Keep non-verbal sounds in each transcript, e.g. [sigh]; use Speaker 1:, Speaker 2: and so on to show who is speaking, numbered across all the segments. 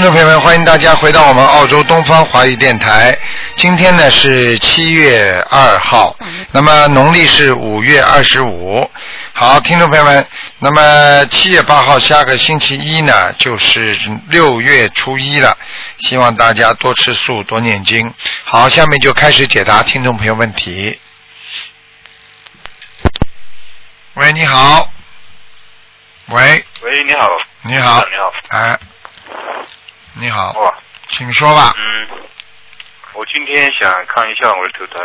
Speaker 1: 众朋友们，欢迎大家回到我们澳洲东方华语电台。今天呢是七月二号，那么农历是五月二十五。好，听众朋友们，那么七月八号下个星期一呢就是六月初一了，希望大家多吃素，多念经。好，下面就开始解答听众朋友问题。喂，你好。喂，
Speaker 2: 喂，你好。
Speaker 1: 你好
Speaker 2: 你好。
Speaker 1: 哎，你好。
Speaker 2: 哇，
Speaker 1: 请说吧。
Speaker 2: 嗯，我今天想看一下我的图腾，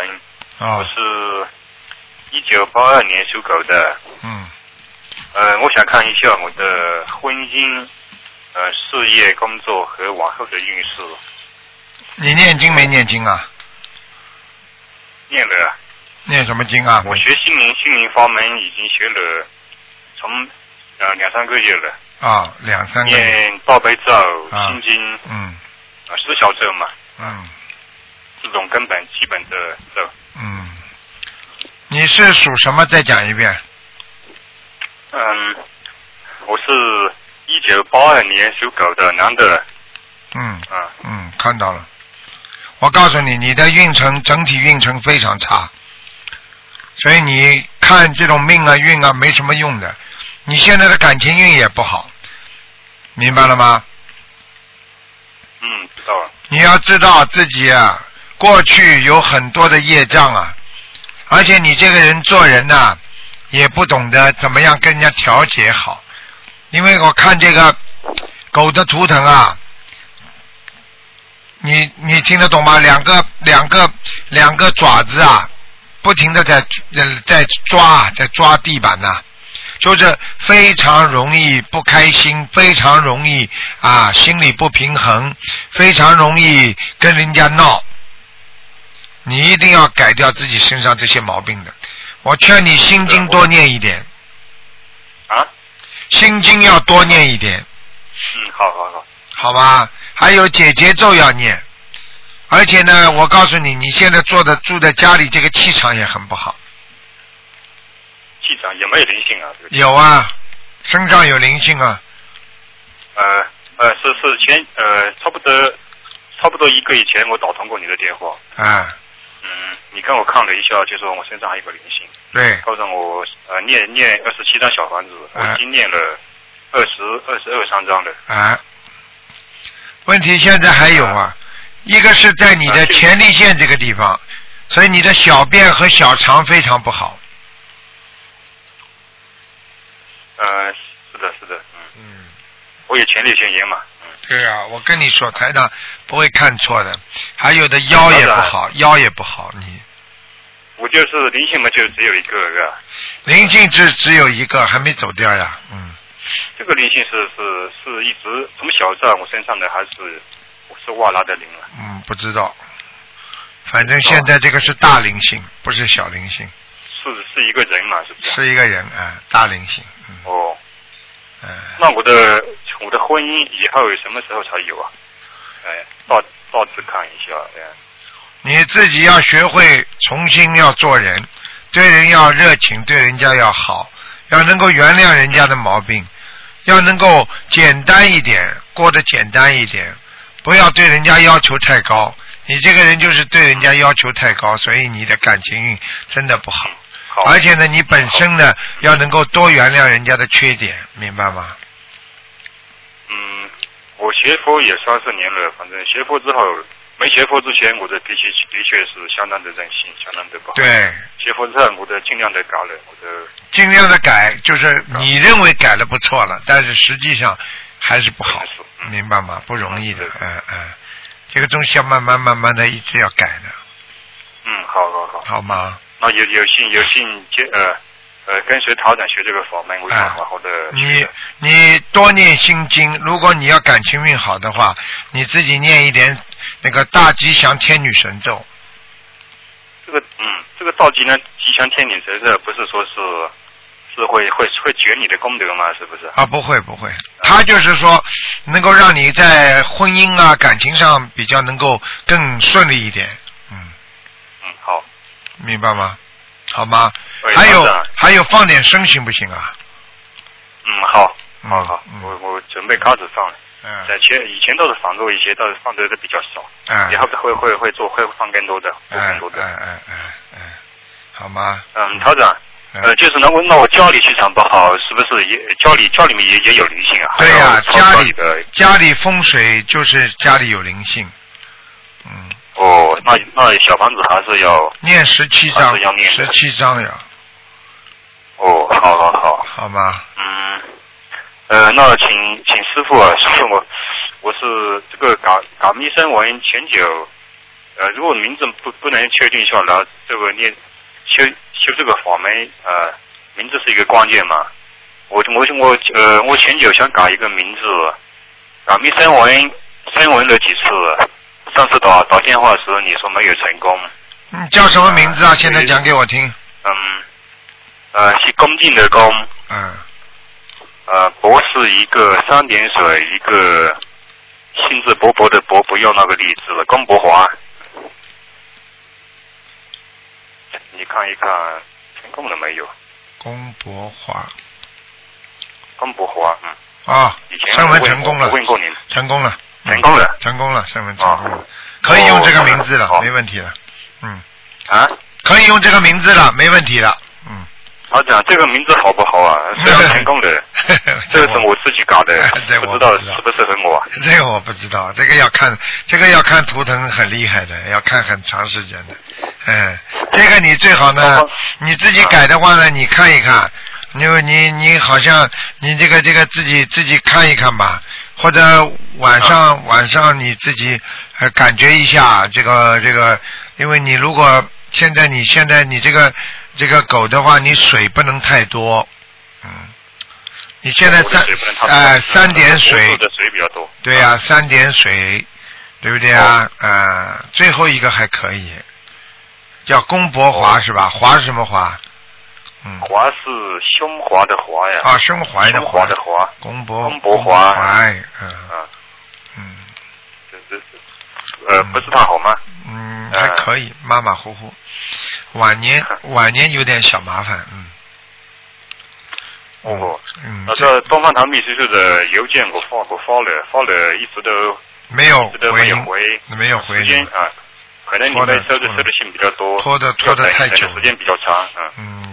Speaker 2: 我
Speaker 1: 哦，
Speaker 2: 是一九八二年属狗的。
Speaker 1: 嗯，
Speaker 2: 呃，我想看一下我的婚姻、呃事业、工作和往后的运势。
Speaker 1: 你念经没念经啊？
Speaker 2: 念了，
Speaker 1: 念什么经啊？
Speaker 2: 我学心灵心灵法门已经学了从呃两三个月了，
Speaker 1: 啊，两三个月。
Speaker 2: 念大悲咒、
Speaker 1: 啊
Speaker 2: 心经、
Speaker 1: 嗯
Speaker 2: 呃四小咒嘛，
Speaker 1: 嗯
Speaker 2: 这种根本基本的咒。
Speaker 1: 嗯，你是属什么？再讲一遍。
Speaker 2: 嗯，我是一九八二年属狗的男的，
Speaker 1: 嗯
Speaker 2: 啊，
Speaker 1: 嗯，看到了。我告诉你，你的运程整体运程非常差，所以你看这种命啊运啊没什么用的。你现在的感情运也不好，明白了吗？
Speaker 2: 嗯，知道了，
Speaker 1: 你要知道自己啊，过去有很多的业障啊，而且你这个人做人呐、也不懂得怎么样跟人家调节好。因为我看这个狗的图腾啊，你你听得懂吗？两个两个两个爪子啊，不停的在在抓在抓地板呐、就是非常容易不开心，非常容易啊心里不平衡，非常容易跟人家闹。你一定要改掉自己身上这些毛病的。我劝你心经多念一点，
Speaker 2: 啊，
Speaker 1: 心经要多念一点，
Speaker 2: 嗯，好好好，
Speaker 1: 好吧？还有解结咒要念。而且呢，我告诉你，你现在坐的住在家里，这个气场也很不好。
Speaker 2: 气场有没有灵性啊？这个
Speaker 1: 有啊，身上有灵性啊。
Speaker 2: 呃呃，是是前呃差不多差不多一个月前我打通过你的电话，
Speaker 1: 啊，
Speaker 2: 嗯，你跟我看了一下，就说我身上还有个灵性，
Speaker 1: 对，
Speaker 2: 告诉我呃念念二十七张小房子，我
Speaker 1: 哎
Speaker 2: 已经念了二十二十二三张了，
Speaker 1: 啊，问题现在还有啊，一个是在你的
Speaker 2: 啊这个
Speaker 1: 前列腺这个地方，所以你的小便和小肠非常不好。
Speaker 2: 呃，是的是的，嗯，
Speaker 1: 嗯，
Speaker 2: 我有前列腺炎嘛，嗯，
Speaker 1: 对啊，我跟你说，台长不会看错的。还有的腰也不好，腰也不好。你
Speaker 2: 我就是灵性嘛，就只有一个是吧？
Speaker 1: 灵性只只有一个，还没走掉呀。嗯，
Speaker 2: 这个灵性是是是一直从小在我身上的，还是我是外来的灵啊了？
Speaker 1: 嗯，不知道。反正现在这个是大灵性，不是小灵性，
Speaker 2: 是是一个人嘛？是不是？
Speaker 1: 是一个人啊、大灵性。嗯
Speaker 2: 哦，
Speaker 1: 嗯、
Speaker 2: 那我的我的婚姻以后什么时候才有啊？哎，大大致看一下，哎，
Speaker 1: 你自己要学会重新要做人，对人要热情，对人家要好，要能够原谅人家的毛病，要能够简单一点，过得简单一点，不要对人家要求太高。你这个人就是对人家要求太高，所以你的感情运真的不好。
Speaker 2: 好，
Speaker 1: 而且呢，你本身呢要能够多原谅人家的缺点，明白吗？
Speaker 2: 嗯，我学佛也三四年了，反正学佛之后。没学佛之前，我的脾气的确是相当的任性，相当的不好。，
Speaker 1: 对，
Speaker 2: 学佛之后，我的尽量的改了，我的
Speaker 1: 尽量的改，就是你认为改了不错了，但是实际上还是不好
Speaker 2: 还是，嗯
Speaker 1: 明白吗？不容易的
Speaker 2: 嗯，对
Speaker 1: 嗯嗯，这个东西要慢慢慢慢的一直要改的，
Speaker 2: 嗯，好好好。
Speaker 1: 好吗？
Speaker 2: 那有有幸有幸接呃呃跟随陶长学这个法门，我想
Speaker 1: 啊
Speaker 2: 好好的
Speaker 1: 你你多念心经，如果你要感情运好的话，你自己念一点那个大吉祥天女神咒，
Speaker 2: 这个嗯，这个道吉呢，吉祥天女神社不是说是是会会会卷你的功德吗？是不是？
Speaker 1: 啊，不会不会，他就是说能够让你在婚姻啊感情上比较能够更顺利一点，嗯。
Speaker 2: 嗯，好。
Speaker 1: 明白吗？好吗？
Speaker 2: 哎
Speaker 1: 还有
Speaker 2: 好的
Speaker 1: 还有，放点声行不行啊？
Speaker 2: 嗯，好，好好，
Speaker 1: 嗯
Speaker 2: 我我准备开始放了。
Speaker 1: 嗯
Speaker 2: 在前以前倒是防过一些，倒是放的都比较少，
Speaker 1: 嗯
Speaker 2: 以后会会会做会放更多的，会
Speaker 1: 嗯
Speaker 2: 更多的。
Speaker 1: 嗯嗯嗯嗯，好吗？
Speaker 2: 嗯，陶长，
Speaker 1: 嗯
Speaker 2: 呃，就是那我那我家里气场不好，是不是也家里家里面也也有灵性啊？
Speaker 1: 对呀、
Speaker 2: 还有
Speaker 1: 家里
Speaker 2: 的
Speaker 1: 家里风水就是家里有灵性，嗯，
Speaker 2: 哦，那那小房子还是要
Speaker 1: 念十七
Speaker 2: 还
Speaker 1: 章
Speaker 2: 啊是要，念
Speaker 1: 十
Speaker 2: 的
Speaker 1: 七章呀，
Speaker 2: 哦，好好好，
Speaker 1: 好吗？
Speaker 2: 嗯，呃，那请请师傅啊，师傅我我是这个港港密生文前九，呃，如果名字不不能确定下来，这个念修修这个法门，呃，名字是一个关键嘛。我我我呃，我前九想改一个名字，港密生文生文了几次了，上次打打电话的时候你说没有成功，
Speaker 1: 你叫什么名字啊？
Speaker 2: 啊
Speaker 1: 现在
Speaker 2: 对
Speaker 1: 讲给我听。
Speaker 2: 嗯，呃，是恭敬的恭。
Speaker 1: 嗯，
Speaker 2: 呃，博是一个三点水，一个兴致勃勃的勃，不要那个李字了，龚博华。你看一看成功了没有？
Speaker 1: 龚博华
Speaker 2: 龚博华，嗯，
Speaker 1: 啊
Speaker 2: 以，前
Speaker 1: 升
Speaker 2: 我
Speaker 1: 温
Speaker 2: 问
Speaker 1: 成功
Speaker 2: 我
Speaker 1: 了，
Speaker 2: 问过您，
Speaker 1: 成功了，嗯
Speaker 2: 成功了
Speaker 1: 成功了，身份成功了
Speaker 2: 哦，
Speaker 1: 可以用这个名字了
Speaker 2: 哦，
Speaker 1: 没问题了。嗯，
Speaker 2: 啊？
Speaker 1: 可以用这个名字了，没问题了。 [laughs] 嗯，，，
Speaker 2: 他讲这个名字好不好啊？虽然成功的这个是我自己搞的
Speaker 1: [laughs] 这我
Speaker 2: 不知道
Speaker 1: 不知道
Speaker 2: 适不适合我啊。
Speaker 1: 这个我不知道，这个要看，这个要看图腾很厉害的，要看很长时间的。嗯，这个你最好呢
Speaker 2: 好，
Speaker 1: 你自己改的话呢，你看一看，因为你你好像你这个这个自己自己看一看吧，或者晚
Speaker 2: 啊
Speaker 1: 上晚上你自己呃感觉一下这个这个，因为你如果现在你现在你这个这个狗的话，你水不能太多，嗯， [laughs] 你现在
Speaker 2: 我的
Speaker 1: 三
Speaker 2: 水不能太多
Speaker 1: 哎、三点
Speaker 2: 我
Speaker 1: 水
Speaker 2: 做的水比较多。
Speaker 1: 对呀、三点水，对不对
Speaker 2: 哦
Speaker 1: 啊？啊、最后一个还可以，叫龚博华、
Speaker 2: 哦
Speaker 1: 是吧？华是什么华？嗯，
Speaker 2: 华是胸华的华呀，
Speaker 1: 啊，胸怀的
Speaker 2: 胸怀的华
Speaker 1: 龚博
Speaker 2: 龚博
Speaker 1: 华，
Speaker 2: 华
Speaker 1: 哎嗯
Speaker 2: 啊，
Speaker 1: 嗯
Speaker 2: 这这这，呃，不是太好吗？
Speaker 1: 嗯，
Speaker 2: 哎
Speaker 1: 还可以，马马虎虎。晚年
Speaker 2: 嗯
Speaker 1: 晚年有点小麻烦，嗯。
Speaker 2: 哦，
Speaker 1: 嗯，
Speaker 2: 那
Speaker 1: 这
Speaker 2: 个东方堂秘书处的邮件我发我发了，发了一直都
Speaker 1: 没有
Speaker 2: 一直都没
Speaker 1: 回
Speaker 2: 有
Speaker 1: 音，
Speaker 2: 回，
Speaker 1: 没有回
Speaker 2: 时间
Speaker 1: 音，
Speaker 2: 啊，可能你
Speaker 1: 拖得
Speaker 2: 们收的
Speaker 1: 拖
Speaker 2: 收
Speaker 1: 得
Speaker 2: 的信比较多，
Speaker 1: 拖得拖得
Speaker 2: 要等
Speaker 1: 太
Speaker 2: 等
Speaker 1: 久
Speaker 2: 的时间比较长，嗯
Speaker 1: 嗯。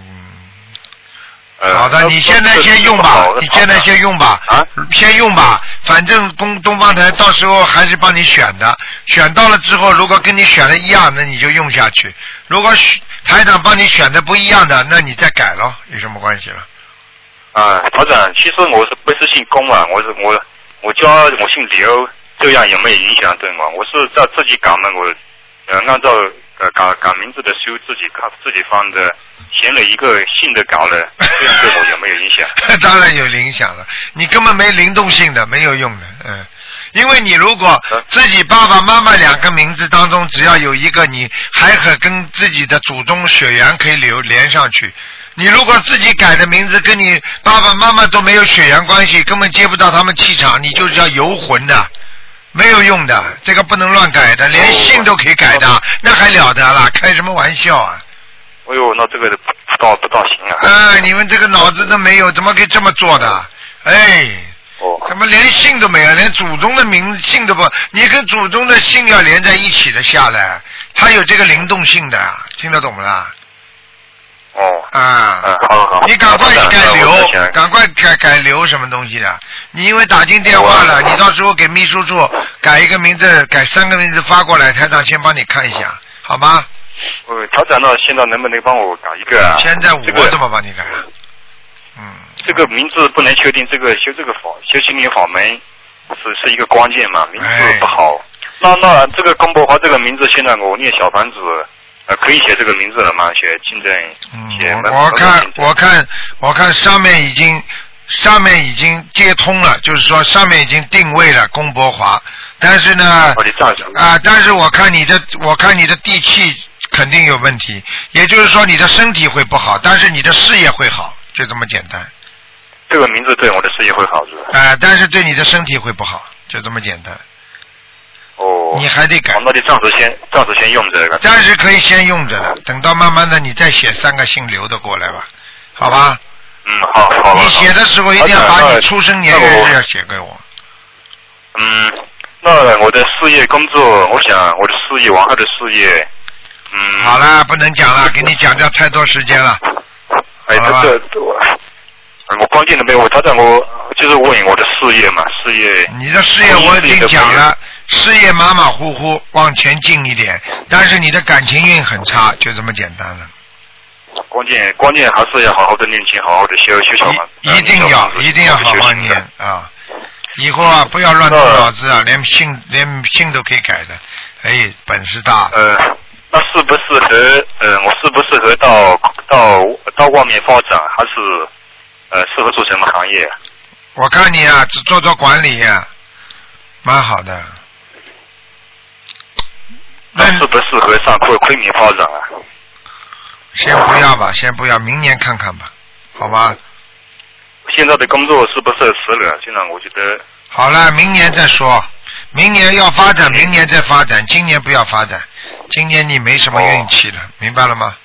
Speaker 2: 呃，
Speaker 1: 好的，
Speaker 2: 那
Speaker 1: 你现在先用吧，你现在先用吧，
Speaker 2: 啊，
Speaker 1: 先用吧，反正东东方台到时候还是帮你选的，选到了之后，如果跟你选的一样，那你就用下去；如果选台长帮你选的不一样的，那你再改咯，有什么关系了？
Speaker 2: 啊，团长，其实我是不是姓龚啊？我是我我叫我姓刘，这样有没有影响对我？我是在自己港的，我呃按照呃港港名字的书自己看自己放的，填了一个姓的稿了，这样对我有没有影响？ [laughs]
Speaker 1: [laughs] 当然有影响了，你根本没灵动性的，没有用的，嗯。因为你如果
Speaker 2: 嗯
Speaker 1: 自己爸爸妈妈两个名字当中，只要有一个你还可跟自己的祖宗血缘可以留连上去，你如果自己改的名字跟你爸爸妈妈都没有血缘关系，根本接不到他们气场，你就叫游魂的，没有用的，这个不能乱改的，连姓都可以改的，那还了得啦？开什么玩笑啊！
Speaker 2: 哎呦，那这个不大不大行啊！
Speaker 1: 哎，你们这个脑子都没有，怎么可以这么做的？哎，
Speaker 2: 哦，
Speaker 1: 怎么连姓都没有，连祖宗的名姓都不，你跟祖宗的姓要连在一起的下来，它有这个灵动性的，听得懂不啦？
Speaker 2: 哦，
Speaker 1: 啊，
Speaker 2: 嗯，好好好，
Speaker 1: 你赶快
Speaker 2: 好的
Speaker 1: 改
Speaker 2: 那我
Speaker 1: 留
Speaker 2: 之前，
Speaker 1: 赶快改改留什么东西的？你因为打进电话了，你到时候给秘书处改一个名字，改三个名字发过来，台长先帮你看一下，好吗？
Speaker 2: 呃，调整到现在能不能帮我改一个啊？
Speaker 1: 现在
Speaker 2: 这
Speaker 1: 我
Speaker 2: 个
Speaker 1: 怎么帮你改啊？嗯，
Speaker 2: 这个名字不能确定，这个修这个法修心灵法门是是一个关键嘛，名
Speaker 1: 哎
Speaker 2: 字不好。那那这个龚博华这个名字，现在我念小房子，呃，可以写这个名字了吗？写进正，写
Speaker 1: 嗯，
Speaker 2: 门
Speaker 1: 我我看
Speaker 2: 门
Speaker 1: 我看我看上面已经上面已经接通了，就是说上面已经定位了龚博华，但是
Speaker 3: 嗯
Speaker 1: 呢
Speaker 2: 哦，你这样子
Speaker 1: 啊、但是我看你的我看你的地气肯定有问题，也就是说你的身体会不好，但是你的事业会好，就这么简单。
Speaker 2: 这个名字对我的事业会好是吧？
Speaker 1: 啊、但是对你的身体会不好，就这么简单。
Speaker 2: 哦，
Speaker 1: 你还得改
Speaker 2: 好，，那就暂时先暂时先用这个。
Speaker 1: 暂时可以先用着了，等到慢慢的你再写三个姓刘的过来吧，好吧？
Speaker 2: 嗯，好好好。
Speaker 1: 你写的时候一定要把你出生年月日要写给我。
Speaker 2: 嗯，那我的事业工作，我想我的事业往后的事业，嗯，
Speaker 1: 好，了，不能讲了，给你讲掉太多时间了。
Speaker 2: 哎，
Speaker 1: 好了
Speaker 2: 这个这我，嗯我关键的没有，他让我就是问我的事业嘛，事业，
Speaker 1: 你的事业我已经讲了，事业马马虎虎，往前进一点，但是你的感情运很差，就这么简单了。
Speaker 2: 关键关键还是要好好的练琴，好好的修修小嘛，
Speaker 1: 一一定要一定要好好念啊！以后啊，不要乱动脑子啊，连姓连姓都可以改的。哎，本事大，
Speaker 2: 呃，那适不适合？呃，我适不适合到到到外面发展，还是呃适合做什么行业？
Speaker 1: 我看你啊，只做做管理、啊蛮好的。
Speaker 2: 那
Speaker 1: 那
Speaker 2: 适不适合上昆昆明发展啊？
Speaker 1: 先不要吧，先不要，明年看看吧，好吧？
Speaker 2: 现在的工作适不适合死了？啊现在我觉得，
Speaker 1: 好了，明年再说。明年要发展，
Speaker 2: 嗯
Speaker 1: 明年再发展，今年不要发展。今年你没什么运气了，明白了吗？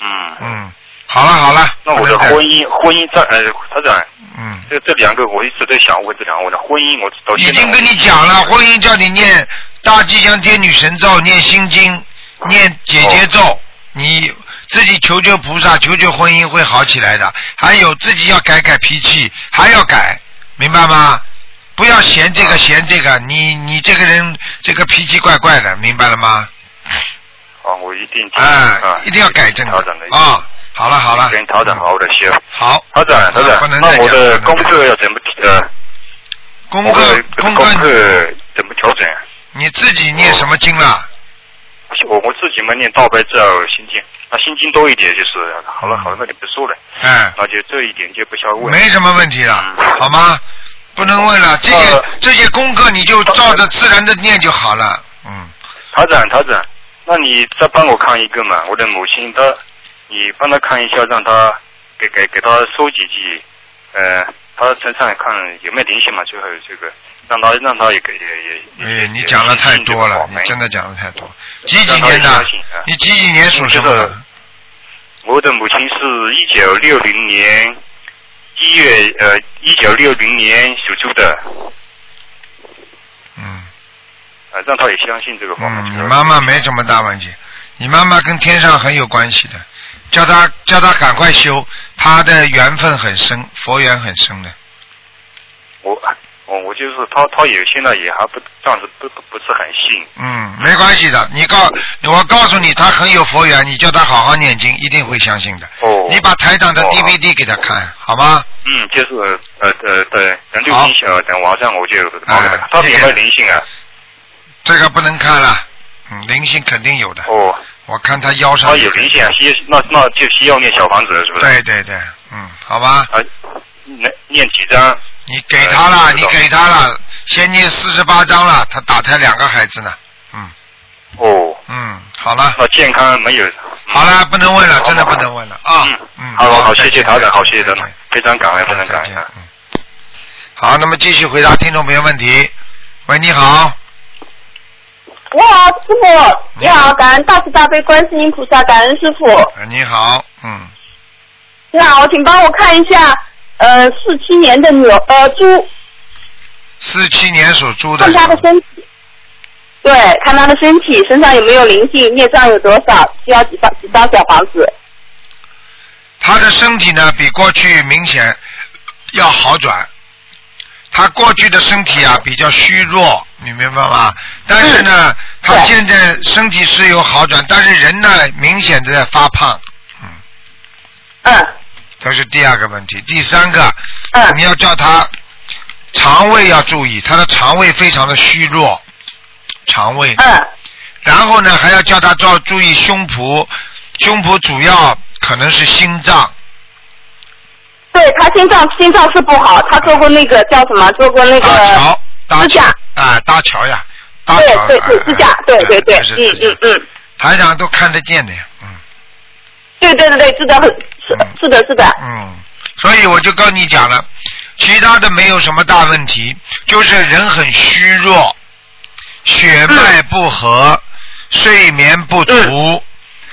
Speaker 2: 嗯，
Speaker 1: 嗯，好了好了，
Speaker 2: 那我的
Speaker 1: 不能再
Speaker 2: 婚姻婚姻在呃，他长，
Speaker 1: 嗯，
Speaker 2: 这这两个我一直在想问这两个问题，婚姻我啊到
Speaker 1: 已
Speaker 2: 现在
Speaker 1: 经跟你讲了，婚姻叫你念大吉祥天女神咒，念心经，念姐姐咒，你自己求求菩萨，求求婚姻会好起来的。还有自己要改改脾气，还要改，明白吗？不要嫌这
Speaker 2: 啊
Speaker 1: 个嫌这个，你你这个人这个脾气怪怪的，明白了吗？
Speaker 2: 啊，我一定
Speaker 1: 哎、
Speaker 2: 啊，
Speaker 1: 一定要改正的
Speaker 2: 调整的
Speaker 1: 啊、，好了好了，
Speaker 2: 跟调整好好的修。
Speaker 1: 好，啊
Speaker 2: 他长，他
Speaker 1: 不
Speaker 2: 长，
Speaker 1: 能再
Speaker 2: 那我
Speaker 1: 讲
Speaker 2: 的
Speaker 1: 不能
Speaker 2: 功
Speaker 1: 再
Speaker 2: 课要怎么呃？
Speaker 1: 功
Speaker 2: 我
Speaker 1: 课
Speaker 2: 的
Speaker 1: 功
Speaker 2: 功
Speaker 1: 课
Speaker 2: 课怎么调整啊？
Speaker 1: 你自己念什么经了？
Speaker 2: 我我自己嘛念大悲咒、心经，那心经多一点就是好了好了，那就不说了，
Speaker 1: 哎、
Speaker 2: 那就这一点就不需要
Speaker 1: 嗯
Speaker 2: 问。
Speaker 1: 没什么问题了，
Speaker 2: 嗯
Speaker 1: 好吗？不能问了，这些、
Speaker 2: 呃
Speaker 1: 这些功课你就照着自然的念就好了。嗯，
Speaker 2: 台长，台长，那你再帮我看一个嘛？我的母亲她，你帮她看一下，让她给给给她说几句，呃，她身上看有没有灵性嘛？最后这个让她让她也给也也。
Speaker 1: 哎，你讲的太多了，你真
Speaker 2: 的。
Speaker 1: 的讲的太多。几几年
Speaker 2: 让他
Speaker 1: 的
Speaker 2: 也相信啊？
Speaker 1: 你几几年属什么
Speaker 2: 就是
Speaker 1: 的？
Speaker 2: 我的母亲是一九六零年一月呃一九六零年属猪的，
Speaker 1: 嗯
Speaker 2: 呃，让她也相信这个方面。
Speaker 1: 嗯，你妈妈没什么大问题，你妈妈跟天上很有关系的，叫她叫她赶快修，她的缘分很深，佛缘很深的。
Speaker 2: 我哦我我就是她她也现在也还不暂时不不不是很信。
Speaker 1: 嗯，没关系的，你告我告诉你，她很有佛缘，你叫她好好念经，一定会相信的。
Speaker 2: 哦，
Speaker 1: 你把台长的
Speaker 2: 哦
Speaker 1: DVD 给他看，好吗？
Speaker 2: 嗯，就是呃呃对，等六
Speaker 1: 好
Speaker 2: 星小，等晚上我就麻烦
Speaker 1: 哎
Speaker 2: 了。到底有没有
Speaker 1: 谢谢
Speaker 2: 灵性啊？
Speaker 1: 这个不能看了，嗯，灵性肯定有的。
Speaker 2: 哦，
Speaker 1: 我看他腰上
Speaker 2: 他有灵性啊，需那那就需要念小房子了是不是？
Speaker 1: 对对对，嗯，好吧，
Speaker 2: 啊，念念几张？
Speaker 1: 你给他了，
Speaker 2: 哎
Speaker 1: 你
Speaker 2: 知道
Speaker 1: 给他了，先念四十八章了，他打胎两个孩子呢。嗯
Speaker 2: 哦，
Speaker 1: 嗯，好了，
Speaker 2: 那健康没有。嗯
Speaker 1: 好了，不能问了，
Speaker 2: 好
Speaker 1: 真的不能问了啊。嗯，
Speaker 2: 好好，谢
Speaker 1: 再
Speaker 2: 谢
Speaker 1: 见
Speaker 2: 台长，好，
Speaker 1: 再
Speaker 2: 谢
Speaker 1: 见
Speaker 2: 谢台
Speaker 1: 再
Speaker 2: 长
Speaker 1: 见，
Speaker 2: 非常感恩，非常
Speaker 1: 再
Speaker 2: 感
Speaker 1: 见
Speaker 2: 恩。。啊
Speaker 1: 嗯，好，那么继续回答听众朋友问题。喂，你好，
Speaker 4: 你好，师傅，你好，感恩大慈大悲观世音菩萨，感恩师傅。
Speaker 1: 呃你好，嗯，
Speaker 4: 你好，请帮我看一下，呃，四七年的牛呃猪，
Speaker 1: 四七年属猪的
Speaker 4: 看
Speaker 1: 是吧，
Speaker 4: 他的身体，对，看他的身体身上有没有灵性，孽障有多少，需要几张几张小房子。
Speaker 1: 他的身体呢比过去明显要好转。他过去的身体啊比较虚弱，你明白吗？但是呢，他
Speaker 4: 对
Speaker 1: 现在身体是有好转，但是人呢明显的在发胖，嗯，
Speaker 4: 嗯
Speaker 1: 这是第二个问题。第三个，你
Speaker 4: 嗯
Speaker 1: 要叫他肠胃要注意，他的肠胃非常的虚弱，肠胃。
Speaker 4: 嗯
Speaker 1: 然后呢，还要叫他照注意胸脯，胸脯主要可能是心脏，
Speaker 4: 对他心脏心脏是不好，他做过那个叫什么？做过那个
Speaker 1: 搭桥，搭
Speaker 4: 支
Speaker 1: 桥
Speaker 4: 架
Speaker 1: 啊，搭桥呀，搭
Speaker 4: 对
Speaker 1: 桥，
Speaker 4: 对
Speaker 1: 哎
Speaker 4: 对支架
Speaker 1: 哎，
Speaker 4: 对对对，
Speaker 1: 是
Speaker 4: 嗯
Speaker 1: 是
Speaker 4: 嗯
Speaker 1: 是
Speaker 4: 嗯，
Speaker 1: 台长都看得见的呀，嗯
Speaker 4: 对对对对，是的很是
Speaker 1: 嗯
Speaker 4: 是的是的，
Speaker 1: 嗯，所以我就跟你讲了，其他的没有什么大问题，就是人很虚弱，
Speaker 4: 嗯
Speaker 1: 血脉不和，睡眠不足，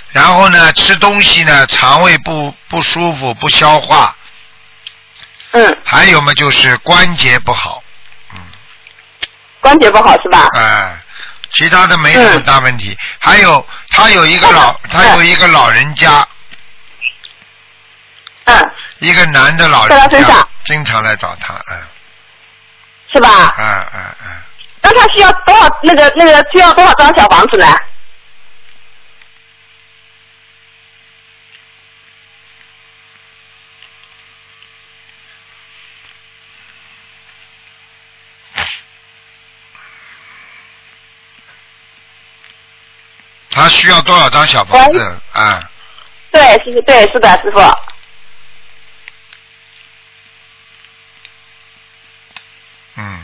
Speaker 1: 然后呢，吃东西呢，肠胃不不舒服，不消化，
Speaker 4: 嗯
Speaker 1: 还有嘛就是关节不好，
Speaker 4: 关节不好是吧？
Speaker 1: 嗯
Speaker 4: 嗯
Speaker 1: 哎，其他的没什么大问题。还有他有一个老，他有一个老人家，
Speaker 4: 嗯，
Speaker 1: 一个男的老
Speaker 4: 在他
Speaker 1: 人
Speaker 4: 身
Speaker 1: 家
Speaker 4: 上，
Speaker 1: 经常来找他，嗯
Speaker 4: 是吧？
Speaker 1: 嗯嗯嗯，
Speaker 4: 那他需要多少那个那个需要多少张小房子呢？
Speaker 1: 他需要多少张小房子？啊、
Speaker 4: 对，是对是的，师傅。
Speaker 1: 嗯，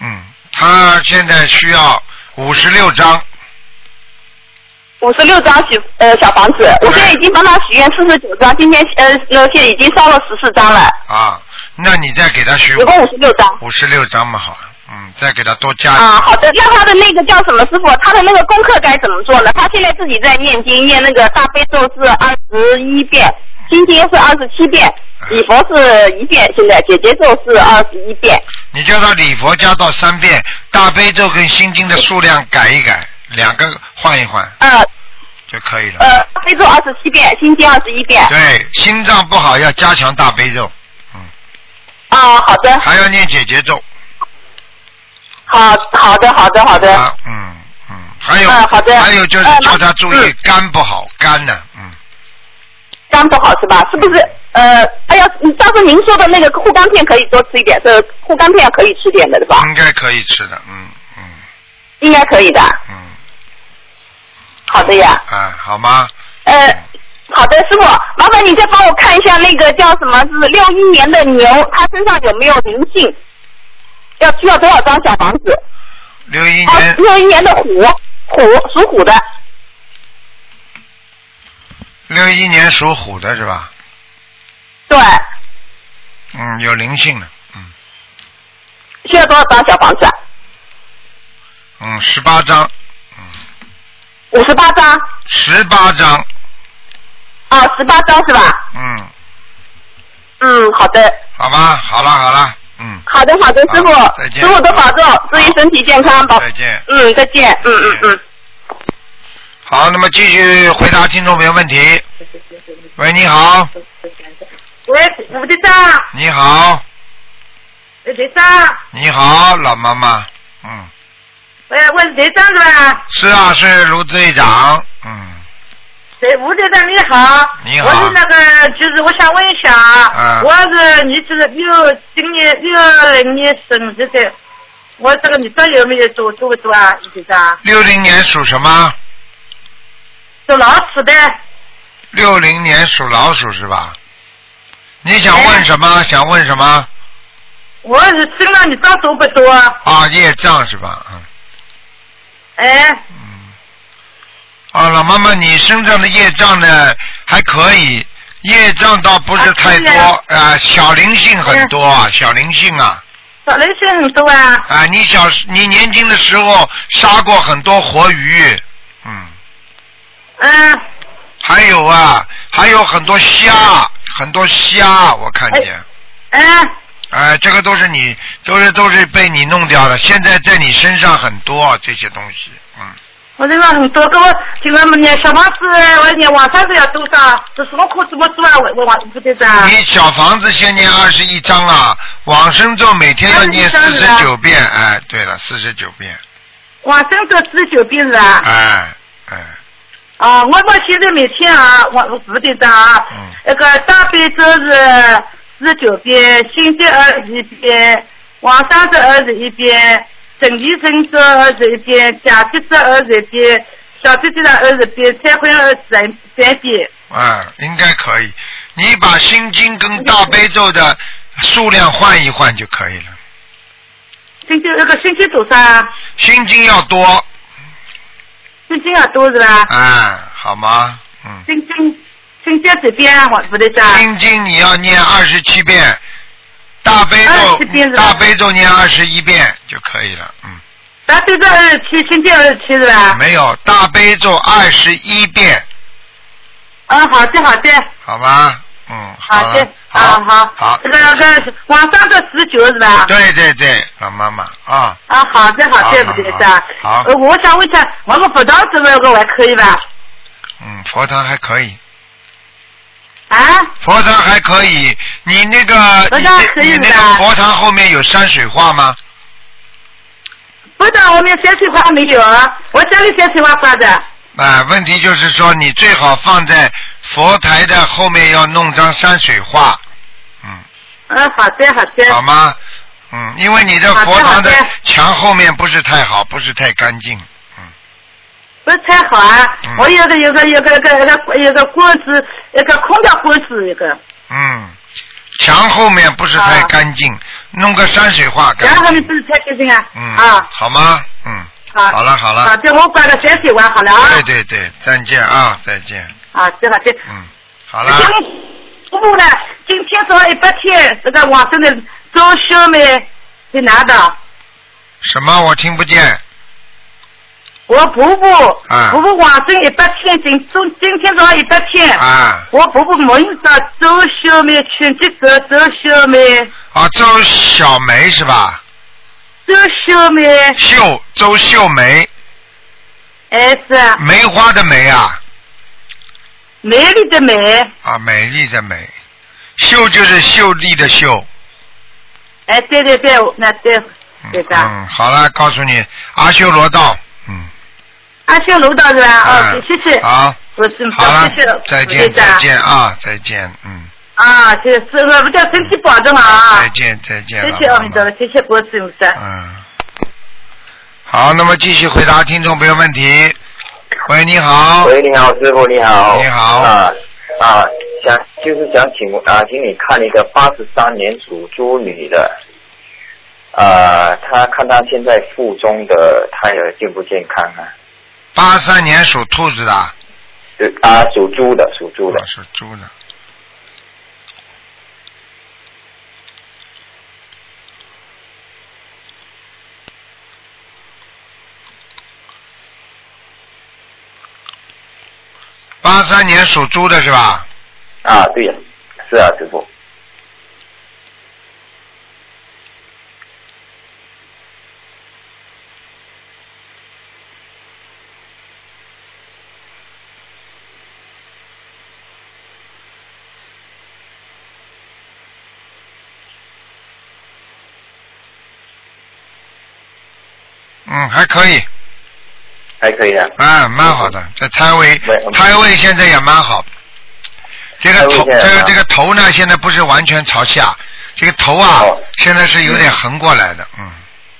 Speaker 1: 嗯，他现在需要五十六张，
Speaker 4: 五十六张许呃小房子，我现在已经帮他许愿四十九张，今天呃呃现在已经烧了十四张了，
Speaker 1: 啊，那你再给他许
Speaker 4: 一共五十六张。
Speaker 1: 五十六张嘛，好了，嗯，再给他多加一
Speaker 4: 啊，好的，那他的那个叫什么师傅？他的那个功课该怎么做呢？他现在自己在念经，念那个大悲咒是二十一遍，心经是二十七遍，礼佛是一遍，现在姐姐咒是二十一遍。
Speaker 1: 你叫他礼佛加到三遍，大悲咒跟心经的数量改一改，两个换一换
Speaker 4: 呃
Speaker 1: 就可以了。
Speaker 4: 呃，大悲咒二十七遍，心经二十一遍。
Speaker 1: 对，心脏不好要加强大悲咒，嗯
Speaker 4: 啊，好的，
Speaker 1: 还要念姐姐咒。
Speaker 4: 好，好的，好的，好的。
Speaker 1: 啊，嗯嗯，还有、
Speaker 4: 嗯好的
Speaker 1: 还有就是
Speaker 4: 嗯
Speaker 1: 叫他注意
Speaker 4: 嗯
Speaker 1: 肝不好，肝呢，嗯，
Speaker 4: 肝不好是吧？是不是？呃，哎呀，你上次您说的那个护肝片可以多吃一点，是护肝片可以吃点的，对吧？
Speaker 1: 应该可以吃的，嗯嗯
Speaker 4: 应该可以的。
Speaker 1: 嗯，
Speaker 4: 好的呀。
Speaker 1: 啊，好吗？
Speaker 4: 呃，好的，师傅，麻烦你再帮我看一下那个叫什么是六一年的牛，它身上有没有灵性？要需要多少张小房子？
Speaker 1: 六一
Speaker 4: 啊，
Speaker 1: 年
Speaker 4: 六一年的虎，虎属虎的，
Speaker 1: 六一年属虎的是吧？
Speaker 4: 对，
Speaker 1: 嗯，有灵性的，嗯
Speaker 4: 需要多少张小房子啊？
Speaker 1: 嗯，十八张，
Speaker 4: 五十八张
Speaker 1: 十八张，
Speaker 4: 啊，十八张是吧？
Speaker 1: 嗯，
Speaker 4: 嗯，好的，
Speaker 1: 好吧，好了好了，嗯，
Speaker 4: 好的，好的，师傅
Speaker 1: 好再，见
Speaker 4: 师傅多保重，注意身体健康，保，
Speaker 1: 再见。
Speaker 4: 嗯，再见，嗯嗯嗯。
Speaker 1: 好，那么继续回答听众朋友问题。喂，你好，
Speaker 5: 喂，吴队长，
Speaker 1: 你好，
Speaker 5: 呃队长，
Speaker 1: 你好，老妈妈，嗯，
Speaker 5: 喂，我是呃队长是吧？
Speaker 1: 是啊，是卢队长，嗯，
Speaker 5: 对，吴队长你好。
Speaker 1: 你好
Speaker 5: 我是那个，就是我想问一下啊
Speaker 1: 嗯，
Speaker 5: 我是你是六今年六二年生日的，我这个你这有没有做做不做啊，吴队长？
Speaker 1: 六零年属什么？
Speaker 5: 做老鼠的，
Speaker 1: 六零年属老鼠是吧？你想问什
Speaker 5: 哎
Speaker 1: 么？想问什么？
Speaker 5: 我是身上你脏多不多？
Speaker 1: 啊，业障是吧？嗯
Speaker 5: 哎，
Speaker 1: 嗯。啊，老妈妈，你身上的业障呢还可以，业障倒不是太多
Speaker 5: 啊
Speaker 1: 啊、呃小灵性很多啊，小灵性啊。
Speaker 5: 找人性很多啊。
Speaker 1: 啊，你小时你年轻的时候杀过很多活鱼，嗯，
Speaker 5: 嗯，
Speaker 1: 还有啊，还有很多虾，很多虾，我看见，
Speaker 5: 哎，
Speaker 1: 哎、这个都是你，都是都是被你弄掉的，现在在你身上很多这些东西，嗯，
Speaker 5: 我身上很多，给我听他们念小房子，我念往上都啊要多少？这什么课怎么做啊？我我吴队长。
Speaker 1: 你小房子先念二十一章啊，往生咒每天要念
Speaker 5: 21章
Speaker 1: 四
Speaker 5: 是
Speaker 1: 十
Speaker 5: 吧
Speaker 1: 九遍，哎、对了，四十九遍，
Speaker 5: 往生咒四十九遍是吧？
Speaker 1: 哎、哎、
Speaker 5: 啊，我我现在每天啊，我我副队长啊
Speaker 1: 嗯，
Speaker 5: 那个大悲咒是四十九遍，心经二十一遍，往生咒二十一遍，整体神咒二十一遍，假期咒二十一遍，小姐姐的二十遍，忏悔二十三三遍。
Speaker 1: 啊，应该可以。你把心经跟大悲咒的数量换一换就可以了。
Speaker 5: 星期那个星期多少啊？
Speaker 1: 心经要多，
Speaker 5: 星期要多是吧？
Speaker 1: 啊，好吗？嗯，
Speaker 5: 星期星期几遍啊？我副队长。
Speaker 1: 心经你要念二十七遍，大悲咒
Speaker 5: 27遍是吧
Speaker 1: 大悲咒念二十一遍就可以了。嗯，
Speaker 5: 大悲咒二十七，星期二十七是吧？
Speaker 1: 没有大悲咒二十一遍，
Speaker 5: 嗯，好的好的。
Speaker 1: 好吗？嗯，好
Speaker 5: 好，
Speaker 1: 了
Speaker 5: 对，，
Speaker 1: 好
Speaker 5: 啊，好，
Speaker 1: 好
Speaker 5: 这，个那个晚上的十九是吧？
Speaker 1: 对对对，老妈妈啊，
Speaker 5: 啊，好的，
Speaker 1: 好
Speaker 5: 好，对不对，
Speaker 1: 好
Speaker 5: 是吧？
Speaker 1: 好
Speaker 5: 呃我想问一下，我们佛堂这边个还可以吧？
Speaker 1: 嗯，佛堂还可以，
Speaker 5: 啊？
Speaker 1: 佛堂还可以，你那个
Speaker 5: 佛
Speaker 1: 你
Speaker 5: 堂
Speaker 1: 那
Speaker 5: 可以
Speaker 1: 你那个
Speaker 5: 的
Speaker 1: 佛堂后面有山水画吗？
Speaker 5: 佛堂我们山水画没有啊，我家里山水画挂的。
Speaker 1: 啊，问题就是说你最好放在佛台的后面要弄张山水画，嗯，
Speaker 5: 嗯，好的，好的。
Speaker 1: 好吗？嗯，因为你的
Speaker 5: 好的
Speaker 1: 佛堂的
Speaker 5: 好的
Speaker 1: 墙后面不是太好，不是太干净，
Speaker 5: 不是太好啊！
Speaker 1: 嗯
Speaker 5: 我有个有个有个有个有个有个锅子，一个空的锅子一个，
Speaker 1: 嗯，墙后面不是太
Speaker 5: 啊
Speaker 1: 干净，弄个山水画干
Speaker 5: 然
Speaker 1: 净，
Speaker 5: 后你不是太开心啊？
Speaker 1: 嗯，
Speaker 5: 啊，
Speaker 1: 好吗？嗯，
Speaker 5: 好，
Speaker 1: 好了好了
Speaker 5: 好的，我挂个山水画好了啊。
Speaker 1: 对对对，再见啊，再见，
Speaker 5: 啊，对好对。
Speaker 1: 嗯，好
Speaker 5: 今
Speaker 1: 啦，
Speaker 5: 天服务呢，今天早上一百天，这个网上的装修呢，在拿到。
Speaker 1: 什么我听不见？
Speaker 5: 我婆婆
Speaker 1: 啊，
Speaker 5: 婆婆往生一百天，今中今天早上一百天，
Speaker 1: 啊
Speaker 5: 我婆婆梦到周小梅去这个周小梅，
Speaker 1: 啊，周小梅是吧？
Speaker 5: 周小梅，
Speaker 1: 秀周秀梅，
Speaker 5: 哎是啊
Speaker 1: 梅花的梅啊，
Speaker 5: 美丽的美，
Speaker 1: 啊，美丽的美，秀就是秀丽的秀。
Speaker 5: 哎对对对，那对
Speaker 1: 嗯
Speaker 5: 对的，
Speaker 1: 嗯，好了，告诉你，阿修罗道，嗯，
Speaker 5: 阿修楼道是吧？
Speaker 1: 啊
Speaker 5: 哦，谢谢，
Speaker 1: 好，
Speaker 5: 我是
Speaker 1: 好了
Speaker 5: 谢谢，，
Speaker 1: 再见，再见啊，再见，嗯，
Speaker 5: 啊，谢谢，师傅，不叫身体保重啊，
Speaker 1: 再见，再见，
Speaker 5: 谢
Speaker 1: 老
Speaker 5: 谢哦
Speaker 1: 妈
Speaker 5: 阿
Speaker 1: 妈
Speaker 5: 弥陀佛，谢谢国师菩萨。
Speaker 1: 嗯，好，那么继续回答听众朋友问题。喂，你好，
Speaker 3: 喂，你好，师傅，你好。
Speaker 1: 你好
Speaker 3: 啊啊，想就是想请问啊，请你看一个八十三年属猪女的，啊，她看她现在腹中的胎儿健不健康啊？
Speaker 1: 八三年属兔子的，啊
Speaker 3: 是啊，属猪的，属猪的，
Speaker 1: 属猪的。八三年属猪的是吧？
Speaker 3: 啊，对呀，是啊，师傅，
Speaker 1: 嗯，还可以，
Speaker 3: 还可以啊。
Speaker 1: 啊，蛮好的。这胎位
Speaker 3: 没有，
Speaker 1: 胎位现在也蛮好。这个头，
Speaker 3: 胎位现
Speaker 1: 这
Speaker 3: 在
Speaker 1: 个
Speaker 3: 啊
Speaker 1: 这个头呢，现在不是完全朝下，这个头啊
Speaker 3: 哦，
Speaker 1: 现在是有点横过来的，嗯。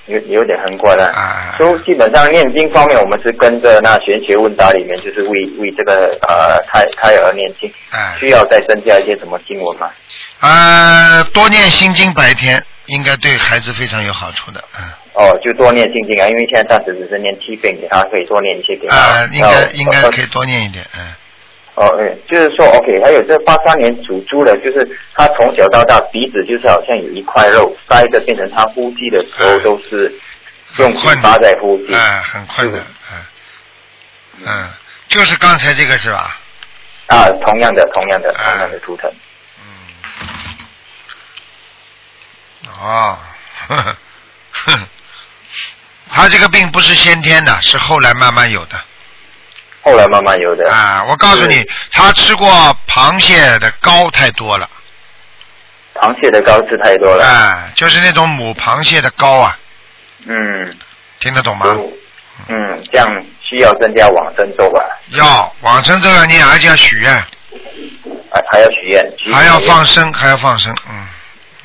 Speaker 3: 有有点很怪了
Speaker 1: 啊啊啊，
Speaker 3: 都基本上念经方面，我们是跟着那玄学问答里面，就是为为这个呃胎胎儿念经
Speaker 1: 哎，
Speaker 3: 需要再增加一些什么经文吗？
Speaker 1: 呃，多念心经，白天应该对孩子非常有好处的，嗯。
Speaker 3: 哦，就多念心经啊，因为现在暂时只是念七遍给他，可以多念一些给他。
Speaker 1: 啊，应
Speaker 3: 哦
Speaker 1: 该应该可
Speaker 3: 以。
Speaker 1: 以多念一点，嗯。
Speaker 3: 哦，嗯，就是说，OK，还有这八三年属猪的，就是他从小到大鼻子就是好像有一块肉塞着，变成他呼吸的时候
Speaker 1: 嗯
Speaker 3: 都是
Speaker 1: 很
Speaker 3: 用嘴
Speaker 1: 困
Speaker 3: 巴
Speaker 1: 难，
Speaker 3: 在呼吸。
Speaker 1: 哎，很困难
Speaker 3: 是，
Speaker 1: 嗯。嗯，就是刚才这个是吧？
Speaker 3: 啊，同样的，同样的，
Speaker 1: 嗯
Speaker 3: 同样的图腾。
Speaker 1: 嗯，哦， [laughs] 呵呵哼他这个病不是先天的，是后来慢慢有的
Speaker 3: 后来慢慢有的。
Speaker 1: 啊！我告诉你
Speaker 3: 是，
Speaker 1: 他吃过螃蟹的膏太多了，
Speaker 3: 螃蟹的膏吃太多了。
Speaker 1: 啊，就是那种母螃蟹的膏啊，
Speaker 3: 嗯。
Speaker 1: 听得懂吗？
Speaker 3: 就嗯，这样需要增加往生咒吧？
Speaker 1: 要往生咒要念，而且要许愿，
Speaker 3: 还啊还要许愿，许
Speaker 1: 还要
Speaker 3: 愿
Speaker 1: 放生，还要放生，嗯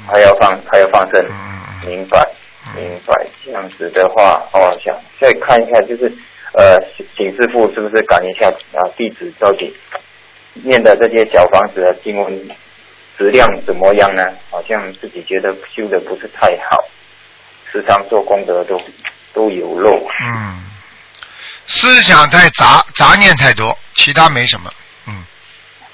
Speaker 3: 还要放还要放生
Speaker 1: 嗯，嗯嗯
Speaker 3: 明白明白。这样子的话，哦，想再看一下，就是呃，请师傅是不是赶一下啊？地址到底念的这些小房子的经文质量怎么样呢？好像自己觉得修的不是太好，时常做功德都都有漏。
Speaker 1: 嗯，思想太杂，杂念太多，其他没什么，嗯，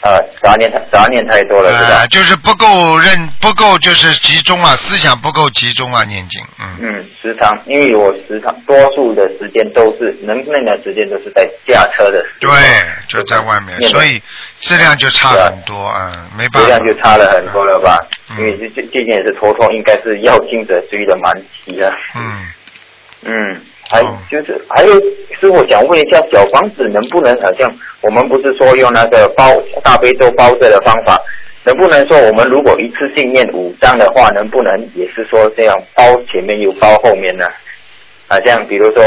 Speaker 3: 啊，杂念太杂念太多了，是吧
Speaker 1: 呃，？就是不够认，不够就是集中啊，思想不够集中啊，念经，嗯，
Speaker 3: 嗯，时常，因为我时常多数的时间都是能那段时间都是在驾车的时候，
Speaker 1: 对，就在外面，
Speaker 3: 念的
Speaker 1: 所以质量就差很多，嗯，没办法，
Speaker 3: 质量就差了很多了吧？
Speaker 1: 嗯
Speaker 3: 因为这这最近也是头痛，应该是药精者追的蛮急的。
Speaker 1: 嗯，
Speaker 3: 嗯，还
Speaker 1: 哦
Speaker 3: 就是还有师傅想问一下，小房子能不能好像我们不是说用那个包大悲咒包着的方法，能不能说我们如果一次性念五张的话，能不能也是说这样包前面又包后面呢？好像比如说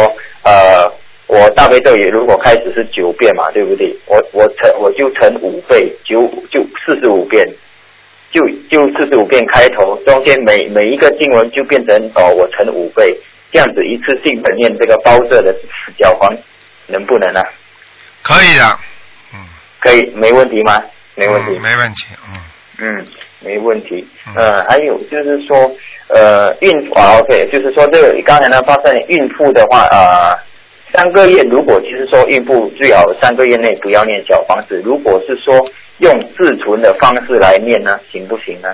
Speaker 3: 呃，我大悲咒也如果开始是九遍嘛，对不对？我我乘我就乘五倍，九就四十五遍。就就四十五遍开头，中间每每一个经文就变成哦，我乘五倍，这样子一次性的念这个包色的小黄，能不能啊？
Speaker 1: 可以的，嗯，
Speaker 3: 可以，没问题吗？没问题
Speaker 1: 嗯，没问题，嗯，
Speaker 3: 嗯，没问题
Speaker 1: 嗯。
Speaker 3: 呃，还有就是说，呃，孕妇啊，OK，就是说这个刚才呢，发生孕妇的话啊、呃，三个月如果就是说孕妇最好三个月内不要念小房子，如果是说用自存的方式来念呢，行不行呢？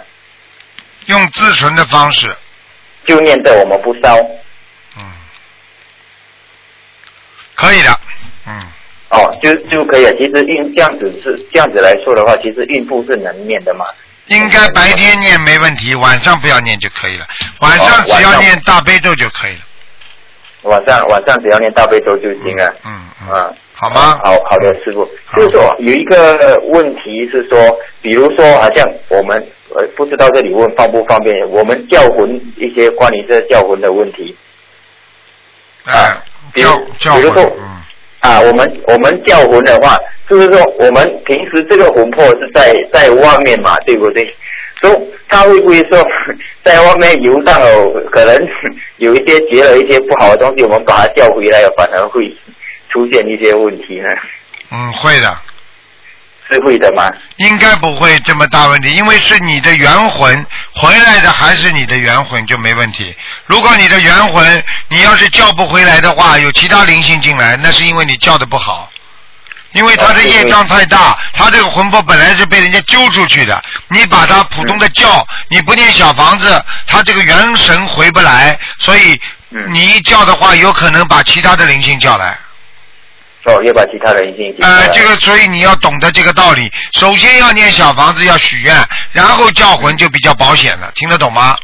Speaker 1: 用自存的方式，
Speaker 3: 就念的我们不烧。
Speaker 1: 嗯，可以的，嗯，
Speaker 3: 哦，就就可以了。其实孕这样子是这样子来说的话，其实孕妇是能念的嘛。
Speaker 1: 应该白天念没问题，晚上不要念就可以了，哦晚上只要念大悲咒就可以了，
Speaker 3: 晚上晚上只要念大悲咒就行了。
Speaker 1: 嗯嗯
Speaker 3: 啊，
Speaker 1: 好吗？
Speaker 3: 好好的，师傅。
Speaker 1: 好
Speaker 3: 就是说有一个问题是说，比如说好像我们呃不知道这里问方不方便，我们叫魂一些关于这叫魂的问题
Speaker 1: 哎，教教
Speaker 3: 比如
Speaker 1: 诲
Speaker 3: 说，
Speaker 1: 嗯，
Speaker 3: 啊，我们我们叫魂的话，就是说我们平时这个魂魄是在在外面嘛，对不对？所以他会不会说在外面游荡哦，可能有一些结了一些不好的东西，我们把它叫回来，反而会出现一些问题呢？
Speaker 1: 嗯，会的，
Speaker 3: 是会的吗？
Speaker 1: 应该不会这么大问题，因为是你的元魂回来的，还是你的元魂就没问题。如果你的元魂你要是叫不回来的话，有其他灵性进来，那是因为你叫的不好，因为他的业障太大，他这个魂魄本来是被人家揪出去的，你把他普通的叫，你不念小房子，他这个元神回不来，所以
Speaker 3: 嗯
Speaker 1: 你一叫的话，有可能把其他的灵性叫来。
Speaker 3: 哦，要把其他人已经
Speaker 1: 呃，这个所以你要懂得这个道理，首先要念小房子，要许愿，然后叫魂就比较保险了，听得懂吗？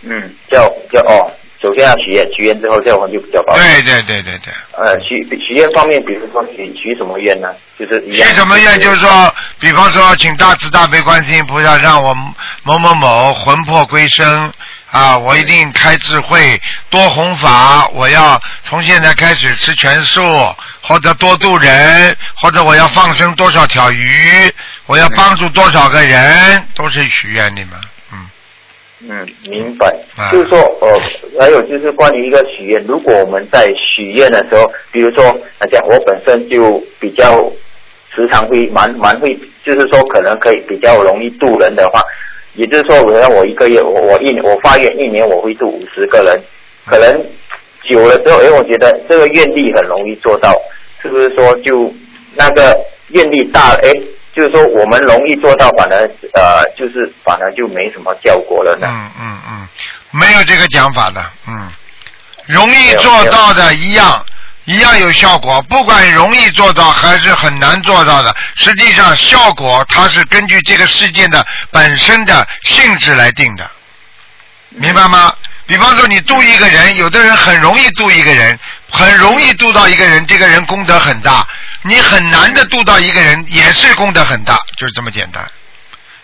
Speaker 3: 嗯，叫叫哦，首先要许愿，许愿之后叫魂就比较保险。
Speaker 1: 对对对对对，
Speaker 3: 呃，许许愿方面，比如说许许什么愿呢？就是一
Speaker 1: 许
Speaker 3: 样
Speaker 1: 什么愿？就是说，比方说，请大慈大悲观世音菩萨让我某某某魂魄归生啊，我一定开智慧，多弘法，我要从现在开始吃全素，或者多度人，或者我要放生多少条鱼，我要帮助多少个人，都是许愿的嘛，嗯。
Speaker 3: 嗯，明白
Speaker 1: 啊。
Speaker 3: 就是说，呃，还有就是关于一个许愿，如果我们在许愿的时候，比如说，好像我本身就比较时常会蛮蛮会，就是说可能可以比较容易渡人的话，也就是说，我让我一个月，我我一我发愿一年我会渡五十个人，可能久了之后，哎，我觉得这个愿力很容易做到，是不是说就那个愿力大，哎，就是说我们容易做到，反而呃，就是反而就没什么效果了呢？
Speaker 1: 嗯嗯嗯，没有这个讲法的，嗯，容易做到的一样一样有效果，不管容易做到还是很难做到的，实际上效果它是根据这个事件的本身的性质来定的，明白吗？比方说你度一个人，有的人很容易度一个人，很容易度到一个人，这个人功德很大；你很难的度到一个人，也是功德很大，就是这么简单。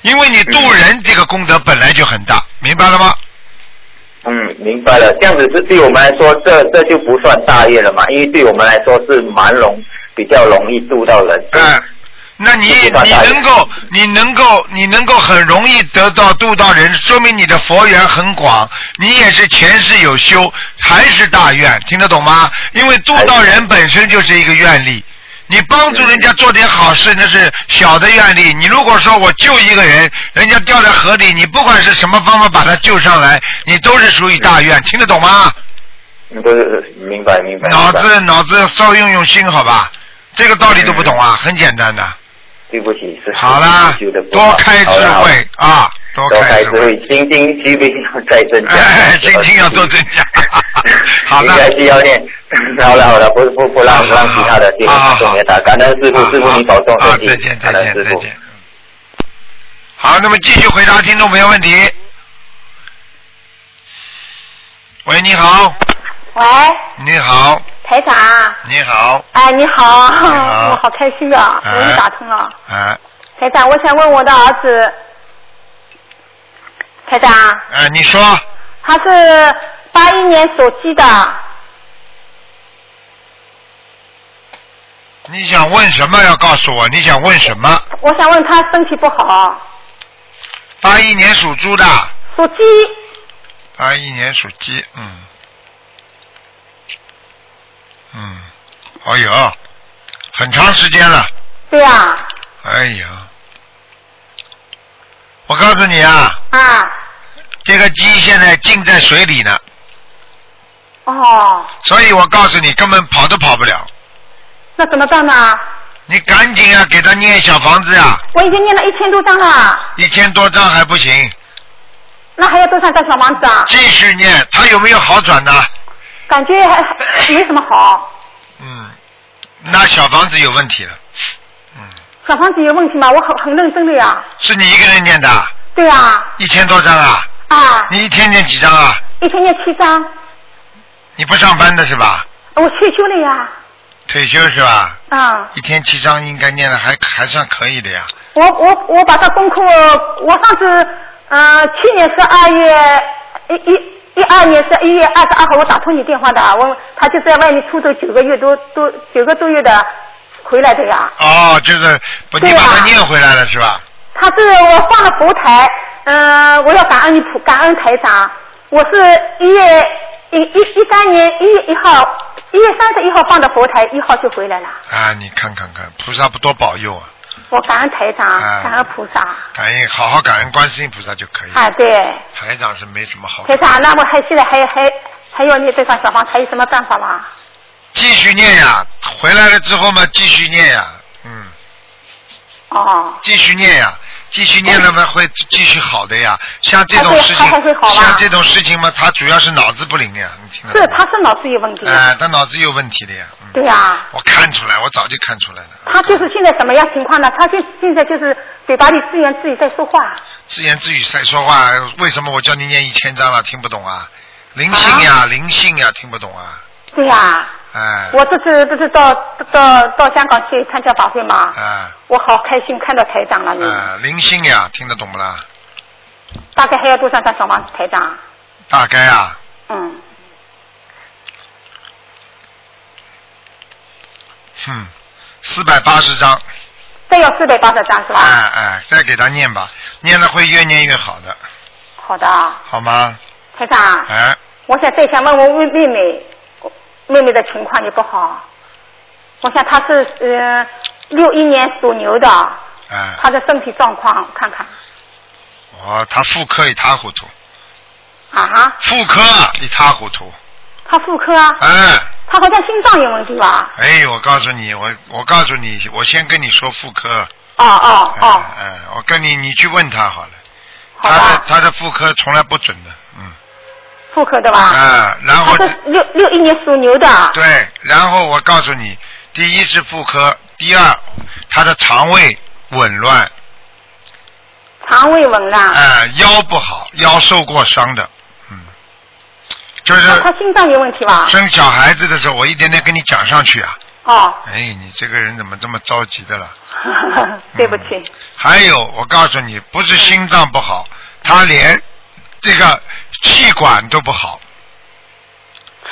Speaker 1: 因为你度人这个功德本来就很大，明白了吗？
Speaker 3: 嗯，明白了。这样子是对我们来说，这这就不算大业了嘛，因为对我们来说是蛮容比较容易渡到人。
Speaker 1: 嗯，那你
Speaker 3: 这
Speaker 1: 你
Speaker 3: 就算大业
Speaker 1: 能够你能够你能够很容易得到度到人，说明你的佛缘很广，你也是前世有修，还是大愿，听得懂吗？因为度到人本身就是一个愿力。你帮助人家做点好事，那是小的愿力。你如果说我救一个人，人家掉在河里，你不管是什么方法把他救上来，你都是属于大愿，听得懂吗？
Speaker 3: 嗯，不是，明白明白。
Speaker 1: 脑
Speaker 3: 明白嗯
Speaker 1: 子脑子稍用用心好吧，这个道理都不懂啊，很简单的。
Speaker 3: 对不起，是
Speaker 1: 好啦
Speaker 3: 修的，不
Speaker 1: 多
Speaker 3: 好
Speaker 1: 开智
Speaker 3: 好啦好啦
Speaker 1: 慧啊，多
Speaker 3: 多
Speaker 1: 开智
Speaker 3: 开智
Speaker 1: 慧。
Speaker 3: 慧，心经具备要再增加，
Speaker 1: 哎，今天要多增
Speaker 3: [laughs]
Speaker 1: 加。好
Speaker 3: 应该
Speaker 1: 的，
Speaker 3: 是要练。好了好了，不不不让让其他的谢谢观众也打，感恩师傅，师傅你保重
Speaker 1: 啊
Speaker 3: 身，体，
Speaker 1: 再见再
Speaker 3: 感恩
Speaker 1: 见
Speaker 3: 师
Speaker 1: 再
Speaker 3: 傅。
Speaker 1: 见。好，那么继续回答听众朋友问题。喂，你好，
Speaker 6: 喂，
Speaker 1: 你好，
Speaker 6: 台长啊，
Speaker 1: 你好，
Speaker 6: 哎，你好，
Speaker 1: 好
Speaker 6: 我好开心啊，
Speaker 1: 哎
Speaker 6: 终于打通了。
Speaker 1: 啊，
Speaker 6: 台长，我想问我的儿子，台长，
Speaker 1: 哎，你说，
Speaker 6: 他是八一年属鸡的，
Speaker 1: 你想问什么？要告诉我，你想问什么？
Speaker 6: 我想问他身体不好，
Speaker 1: 八一年属猪的，
Speaker 6: 属鸡，
Speaker 1: 八一年属鸡，嗯，嗯，哎呦，很长时间了。
Speaker 6: 对呀、
Speaker 1: 哎呀，我告诉你啊，
Speaker 6: 啊，
Speaker 1: 这个鸡现在浸在水里呢，
Speaker 6: 哦，
Speaker 1: 所以我告诉你，根本跑都跑不了。
Speaker 6: 那怎么办呢？
Speaker 1: 你赶紧啊，给他念小房子啊，
Speaker 6: 我已经念了一千多张了，
Speaker 1: 一千多张还不行，
Speaker 6: 那还要多少张小房子啊？
Speaker 1: 继续念，他有没有好转呢？
Speaker 6: 感觉还没什么好，
Speaker 1: 嗯，那小房子有问题了，
Speaker 6: 小房子有问题吗？我很很认真的呀，
Speaker 1: 是你一个人念的，
Speaker 6: 对呀、
Speaker 1: 一千多张啊？
Speaker 6: 啊，
Speaker 1: 你一天念几张啊？
Speaker 6: 一天念七张，
Speaker 1: 你不上班的是吧？
Speaker 6: 我退休了呀，
Speaker 1: 退休是吧？
Speaker 6: 啊、
Speaker 1: 一天七张应该念的还还算可以的呀。
Speaker 6: 我我我把它功课，我上次呃去年十二月一一一二年十一月二十二号我打通你电话的，我他就在外面出走九个月多多九个多月的回来的呀。
Speaker 1: 哦，就是不你
Speaker 6: 对
Speaker 1: 把
Speaker 6: 啊
Speaker 1: 它念回来了是吧？
Speaker 6: 他是我放了佛台，呃，我要感恩你普感恩台长，我是一月一一一三年一月一号一月三十一号放的佛台，一号就回来了。
Speaker 1: 啊，你看看看，菩萨不多保佑啊！
Speaker 6: 我感恩台长，
Speaker 1: 啊
Speaker 6: 感恩菩萨。
Speaker 1: 感应好好感恩观世音菩萨就可以。
Speaker 6: 啊，对。
Speaker 1: 台长是没什么好。
Speaker 6: 台长，那我还现在还还还要念这张小房，还有什么办法吗？
Speaker 1: 继续念呀，回来了之后嘛，继续念呀，嗯，
Speaker 6: 哦，嗯
Speaker 1: 继续念呀，继续念了嘛，会继续好的呀。像这种
Speaker 6: 还会
Speaker 1: 事情
Speaker 6: 还还会好，吗
Speaker 1: 像这种事情嘛，他主要是脑子不灵呀，你听得
Speaker 6: 是
Speaker 1: 懂吗
Speaker 6: 他是脑子有问题，
Speaker 1: 哎，他脑子有问题的呀。嗯
Speaker 6: 对呀、
Speaker 1: 我看出来，我早就看出来了。
Speaker 6: 他就是现在什么样情况呢？他现现在就是嘴巴里自言自语在说话，
Speaker 1: 自言自语在说话，为什么我叫你念一千章了，听不懂啊？灵性呀，灵性呀，听不懂啊？
Speaker 6: 对呀、
Speaker 1: 哎，
Speaker 6: 啊我这次不是到到到香港去参加法会嘛，
Speaker 1: 啊
Speaker 6: 我好开心看到台长了你，
Speaker 1: 啊，灵性呀，听得懂不啦？
Speaker 6: 大概还要多少张小房子台长？
Speaker 1: 大概啊，
Speaker 6: 嗯，
Speaker 1: 哼，四百八十章，
Speaker 6: 再要四百八十张是
Speaker 1: 哎
Speaker 6: 吧？
Speaker 1: 哎，再给他念吧，念了会越念越好的，
Speaker 6: 好的，
Speaker 1: 好吗？
Speaker 6: 台长，
Speaker 1: 哎，
Speaker 6: 我想再想问我妹妹妹，我妹妹的情况也不好，我想她是呃六一年属牛的，
Speaker 1: 哎，
Speaker 6: 她的身体状况看看
Speaker 1: 哦，他妇科一塌糊涂，
Speaker 6: 啊，
Speaker 1: 妇科一塌糊涂，
Speaker 6: 她妇科啊，
Speaker 1: 哎，
Speaker 6: 她好像心脏有问题吧？
Speaker 1: 哎，我告诉你，我我告诉你，我先跟你说妇科，
Speaker 6: 哦哦
Speaker 1: 哎
Speaker 6: 哦，
Speaker 1: 哎，我跟你你去问他好了。
Speaker 6: 好
Speaker 1: 他的
Speaker 6: 吧，
Speaker 1: 他的妇科从来不准的，嗯，
Speaker 6: 妇科的吧？
Speaker 1: 啊，然后
Speaker 6: 她是六六一年属牛的，
Speaker 1: 对，然后我告诉你，第一是妇科，第二他的肠胃紊乱，
Speaker 6: 肠胃紊
Speaker 1: 啊、
Speaker 6: 乱，
Speaker 1: 腰不好，腰受过伤的，嗯，就是
Speaker 6: 那她心脏有问题吧？
Speaker 1: 生小孩子的时候，我一点点跟你讲上去啊，
Speaker 6: 哦，
Speaker 1: 哎，你这个人怎么这么着急的了？
Speaker 6: 对不起，
Speaker 1: 还有，我告诉你，不是心脏不好，他连这个气管都不好，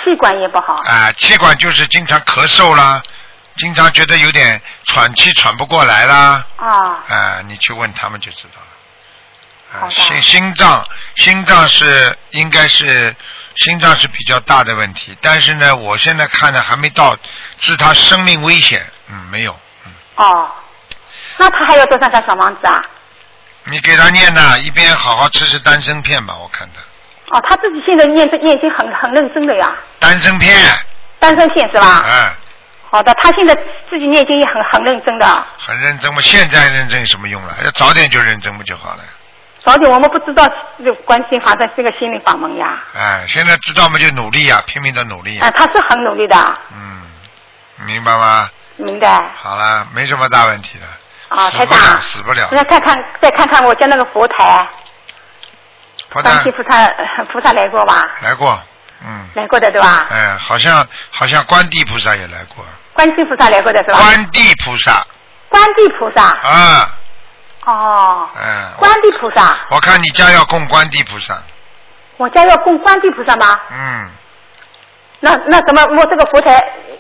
Speaker 6: 气管也不好，
Speaker 1: 啊、气管就是经常咳嗽啦，经常觉得有点喘气喘不过来啦，
Speaker 6: 啊
Speaker 1: 啊、你去问他们就知道了。啊、
Speaker 6: 好的
Speaker 1: 心心脏心脏是应该是心脏是比较大的问题，但是呢，我现在看呢还没到是他生命危险，嗯，没有，嗯，
Speaker 6: 哦，那她还要多少张小房子啊？
Speaker 1: 你给他念呐，一边好好吃吃丹参片吧，我看他
Speaker 6: 哦，他自己现在念这念经很很认真的呀，
Speaker 1: 丹参片，
Speaker 6: 单身线是
Speaker 1: 嗯、
Speaker 6: 吧？好的，他现在自己念经也很很认真的，
Speaker 1: 很认真嘛，现在认真有什么用了？要早点就认真不就好了？
Speaker 6: 早点我们不知道这个观心法的这个心灵法门呀，
Speaker 1: 哎，现在知道嘛就努力呀、拼命的努力呀、
Speaker 6: 啊，他是很努力的，
Speaker 1: 嗯，明白吗？
Speaker 6: 明白？
Speaker 1: 好了，没什么大问题了，
Speaker 6: 啊，
Speaker 1: 死
Speaker 6: 台
Speaker 1: 不
Speaker 6: 长，
Speaker 1: 了，死不了。
Speaker 6: 那看看再看看我家那个佛台，
Speaker 1: 好
Speaker 6: 观世
Speaker 1: 的，
Speaker 6: 菩萨呃菩萨来过吧？
Speaker 1: 来过，嗯，
Speaker 6: 来过的对吧？
Speaker 1: 哎，好像好像观地菩萨也来过，
Speaker 6: 观世菩萨来过的是吧？
Speaker 1: 观地菩萨
Speaker 6: 观地菩萨，
Speaker 1: 啊，
Speaker 6: 哦，
Speaker 1: 嗯，
Speaker 6: 观地菩萨，
Speaker 1: 我我看你家要供观地菩萨，
Speaker 6: 我家要供观地菩萨吗？
Speaker 1: 嗯，
Speaker 6: 那那怎么我这个佛台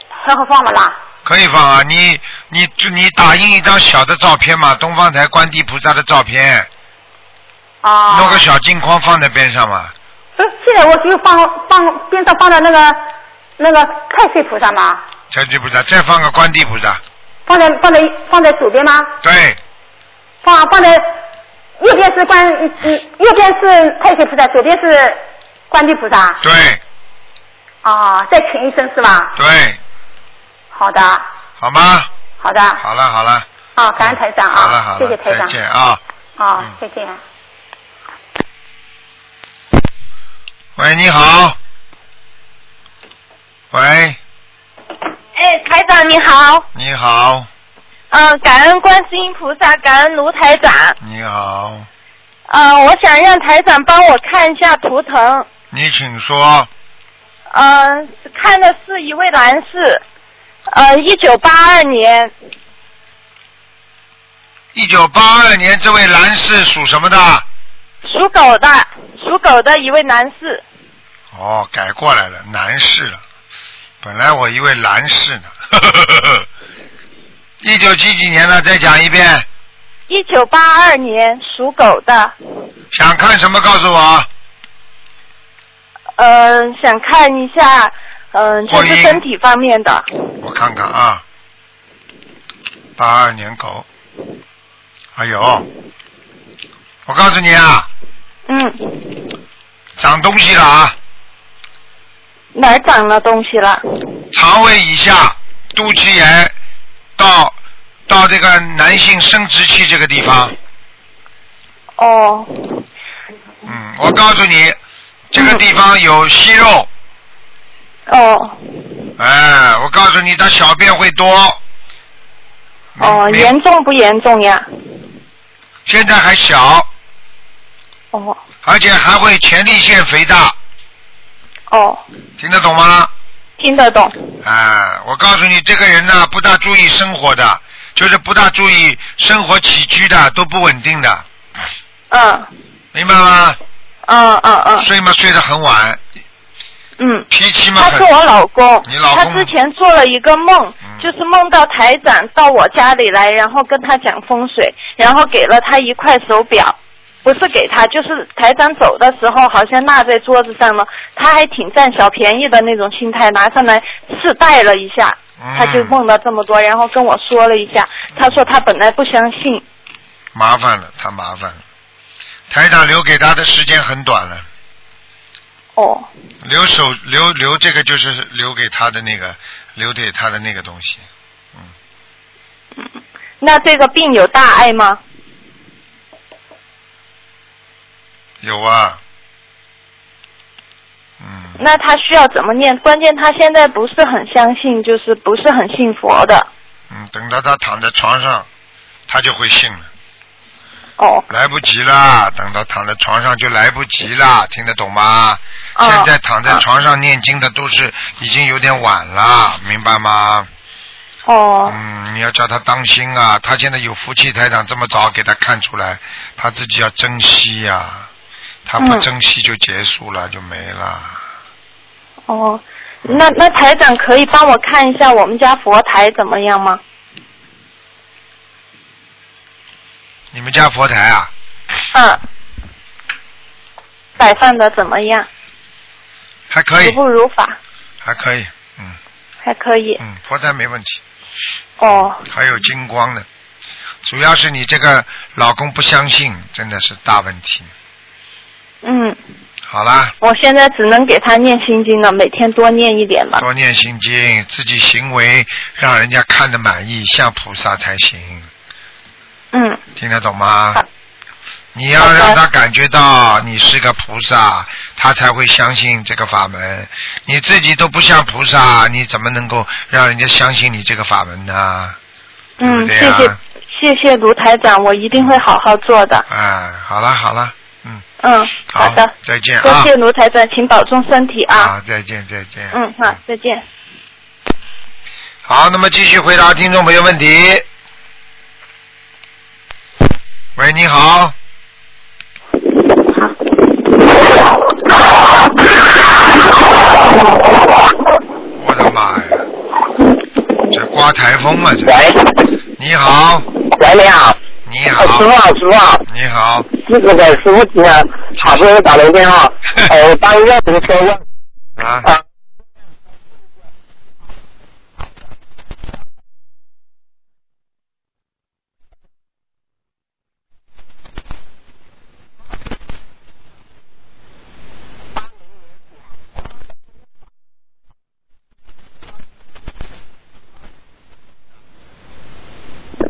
Speaker 6: 还好放不啦？
Speaker 1: 可以放啊，你你你打印一张小的照片嘛，东方台观地菩萨的照片，
Speaker 6: 哦，
Speaker 1: 弄个小镜框放在边上嘛，
Speaker 6: 不是现在我只有放放边上放的那个那个太岁菩萨嘛，
Speaker 1: 观地菩萨，再放个观地菩萨，
Speaker 6: 放在放在放在左边吗？
Speaker 1: 对，
Speaker 6: 放放在右边是观嗯嗯，右边是太岁菩萨，左边是观地菩萨。
Speaker 1: 对，
Speaker 6: 哦，再请一声是吧？
Speaker 1: 对，
Speaker 6: 好的，
Speaker 1: 好吗？
Speaker 6: 好的，
Speaker 1: 好了，好了，
Speaker 6: 啊，感恩台长
Speaker 1: 好了，
Speaker 6: 啊，
Speaker 1: 好
Speaker 6: 谢谢
Speaker 1: 了，
Speaker 6: 台
Speaker 1: 再
Speaker 6: 长，
Speaker 1: 见啊！
Speaker 6: 啊
Speaker 1: 嗯，
Speaker 6: 再见。
Speaker 1: 喂，你好，喂，
Speaker 7: 哎，台长你好，
Speaker 1: 你好，
Speaker 7: 嗯、感恩观世音菩萨，感恩卢台长，
Speaker 1: 你好，
Speaker 7: 呃，我想让台长帮我看一下图腾，
Speaker 1: 你请说，
Speaker 7: 嗯、看的是一位男士，呃，一九八二年，
Speaker 1: 一九八二年这位男士属什么的？
Speaker 7: 属狗的，属狗的一位男士，
Speaker 1: 哦，改过来了，男士了。本来我以为男士呢。 [laughs] 一九几几年了？再讲一遍。
Speaker 7: 一九八二年属狗的，
Speaker 1: 想看什么告诉我？
Speaker 7: 嗯、想看一下，嗯、就
Speaker 1: 婚
Speaker 7: 是
Speaker 1: 姻
Speaker 7: 身体方面的，
Speaker 1: 我看看啊。八二年狗。哎呦，我告诉你啊，
Speaker 7: 嗯，
Speaker 1: 长东西了啊，
Speaker 7: 哪儿长了东西了？
Speaker 1: 肠胃以下、肚脐眼到到这个男性生殖器这个地方。
Speaker 7: 哦，
Speaker 1: 嗯，我告诉你，这个地方有息肉，
Speaker 7: 哦，
Speaker 1: 哎，我告诉你，它小便会多。
Speaker 7: 哦，
Speaker 1: 明
Speaker 7: 严重不严重呀？
Speaker 1: 现在还小，
Speaker 7: 哦
Speaker 1: 而且还会前列腺肥大，
Speaker 7: 哦，
Speaker 1: 听得懂吗？
Speaker 7: 听得懂。
Speaker 1: 哎，我告诉你，这个人呢，不大注意生活的，就是不大注意生活起居的，都不稳定的，
Speaker 7: 嗯
Speaker 1: 明白吗？
Speaker 7: 嗯嗯嗯
Speaker 1: 睡嘛睡得很晚，
Speaker 7: 嗯。
Speaker 1: 脾气嘛
Speaker 7: 他
Speaker 1: 很
Speaker 7: 是。我老公，
Speaker 1: 你老
Speaker 7: 他
Speaker 1: 公
Speaker 7: 之前做了一个梦，
Speaker 1: 嗯
Speaker 7: 就是梦到台长到我家里来，然后跟他讲风水，然后给了他一块手表，不是给他，就是台长走的时候好像落在桌子上了，他还挺占小便宜的那种心态，拿上来试戴了一下，
Speaker 1: 嗯
Speaker 7: 他就梦到这么多，然后跟我说了一下，他说他本来不相信，
Speaker 1: 麻烦了，他麻烦了。台长留给他的时间很短了，
Speaker 7: 哦，
Speaker 1: 留手留留这个就是留给他的那个留给他的那个东西，
Speaker 7: 那这个病有大碍吗？
Speaker 1: 有啊，嗯。
Speaker 7: 那他需要怎么念？关键他现在不是很相信，就是不是很信佛的。
Speaker 1: 嗯，等到他躺在床上，他就会信了。
Speaker 7: 哦，
Speaker 1: 来不及啦，等到躺在床上就来不及啦，听得懂吗？
Speaker 7: 哦
Speaker 1: 现在躺在床上念经的都是已经有点晚了，明白吗？
Speaker 7: 哦，
Speaker 1: 嗯，你要叫他当心啊！他现在有福气，台长这么早给他看出来，他自己要珍惜呀、他不
Speaker 7: 嗯
Speaker 1: 珍惜就结束了，就没了。
Speaker 7: 哦，那那台长可以帮我看一下我们家佛台怎么样吗？
Speaker 1: 你们家佛台啊，
Speaker 7: 嗯，摆放的怎么样？
Speaker 1: 还可
Speaker 7: 如
Speaker 1: 以，
Speaker 7: 不如法？
Speaker 1: 还可以，嗯
Speaker 7: 还可以。
Speaker 1: 嗯，佛台没问题。
Speaker 7: 哦，
Speaker 1: 还有金光的，主要是你这个老公不相信，真的是大问题，
Speaker 7: 嗯，
Speaker 1: 好啦，
Speaker 7: 我现在只能给他念心经了，每天多念一点吧。
Speaker 1: 多念心经，自己行为让人家看得满意，像菩萨才行，
Speaker 7: 嗯，
Speaker 1: 听得懂吗
Speaker 7: 好？
Speaker 1: 你要
Speaker 7: 好的
Speaker 1: 让他感觉到你是个菩萨，他才会相信这个法门。你自己都不像菩萨，你怎么能够让人家相信你这个法门呢？
Speaker 7: 嗯，
Speaker 1: 对
Speaker 7: 谢
Speaker 1: 不对
Speaker 7: 谢
Speaker 1: 啊
Speaker 7: 谢谢卢台长，我一定会好好做的。
Speaker 1: 哎，好了好了，嗯，
Speaker 7: 嗯，好的，
Speaker 1: 再见
Speaker 7: 多
Speaker 1: 啊
Speaker 7: 谢卢台长，请保重身体啊。
Speaker 1: 啊，再见再见，
Speaker 7: 嗯，好，再见。
Speaker 1: 好，那么继续回答听众朋友问题。喂，你好。我的妈呀！这刮台风啊！这。
Speaker 8: 喂，
Speaker 1: 你好，
Speaker 8: 喂，你好，
Speaker 1: 你
Speaker 8: 哎
Speaker 1: 好
Speaker 8: 师，傅好，师傅好，
Speaker 1: 你好，
Speaker 8: 那个给师傅请啊，好不容易打了个电
Speaker 1: [laughs]
Speaker 8: 话，呃，我帮一个同学问
Speaker 1: 啊，
Speaker 8: 啊，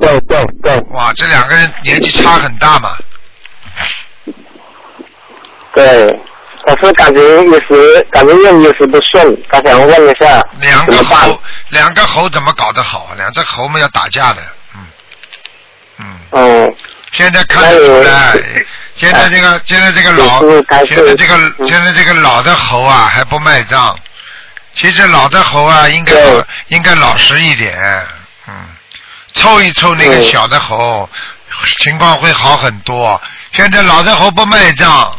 Speaker 8: 对对对
Speaker 1: 哇，这两个人年纪差很大嘛，
Speaker 8: 对，我是感觉有时感觉用有时不顺，他想问一下
Speaker 1: 两
Speaker 8: 怎
Speaker 1: 个
Speaker 8: 么办
Speaker 1: 猴？，两个猴怎么搞得好啊？两只猴们要打架的，嗯，嗯。
Speaker 8: 嗯，
Speaker 1: 现在看得出
Speaker 8: 哎
Speaker 1: 来，现在这个现在这个老
Speaker 8: 嗯嗯
Speaker 1: 现在这个
Speaker 8: 嗯
Speaker 1: 现在这个老的猴啊还不卖账，其实老的猴啊应该
Speaker 8: 对
Speaker 1: 应该老实一点，嗯，凑一凑那个
Speaker 8: 嗯
Speaker 1: 小的猴，情况会好很多。现在老的猴不卖账，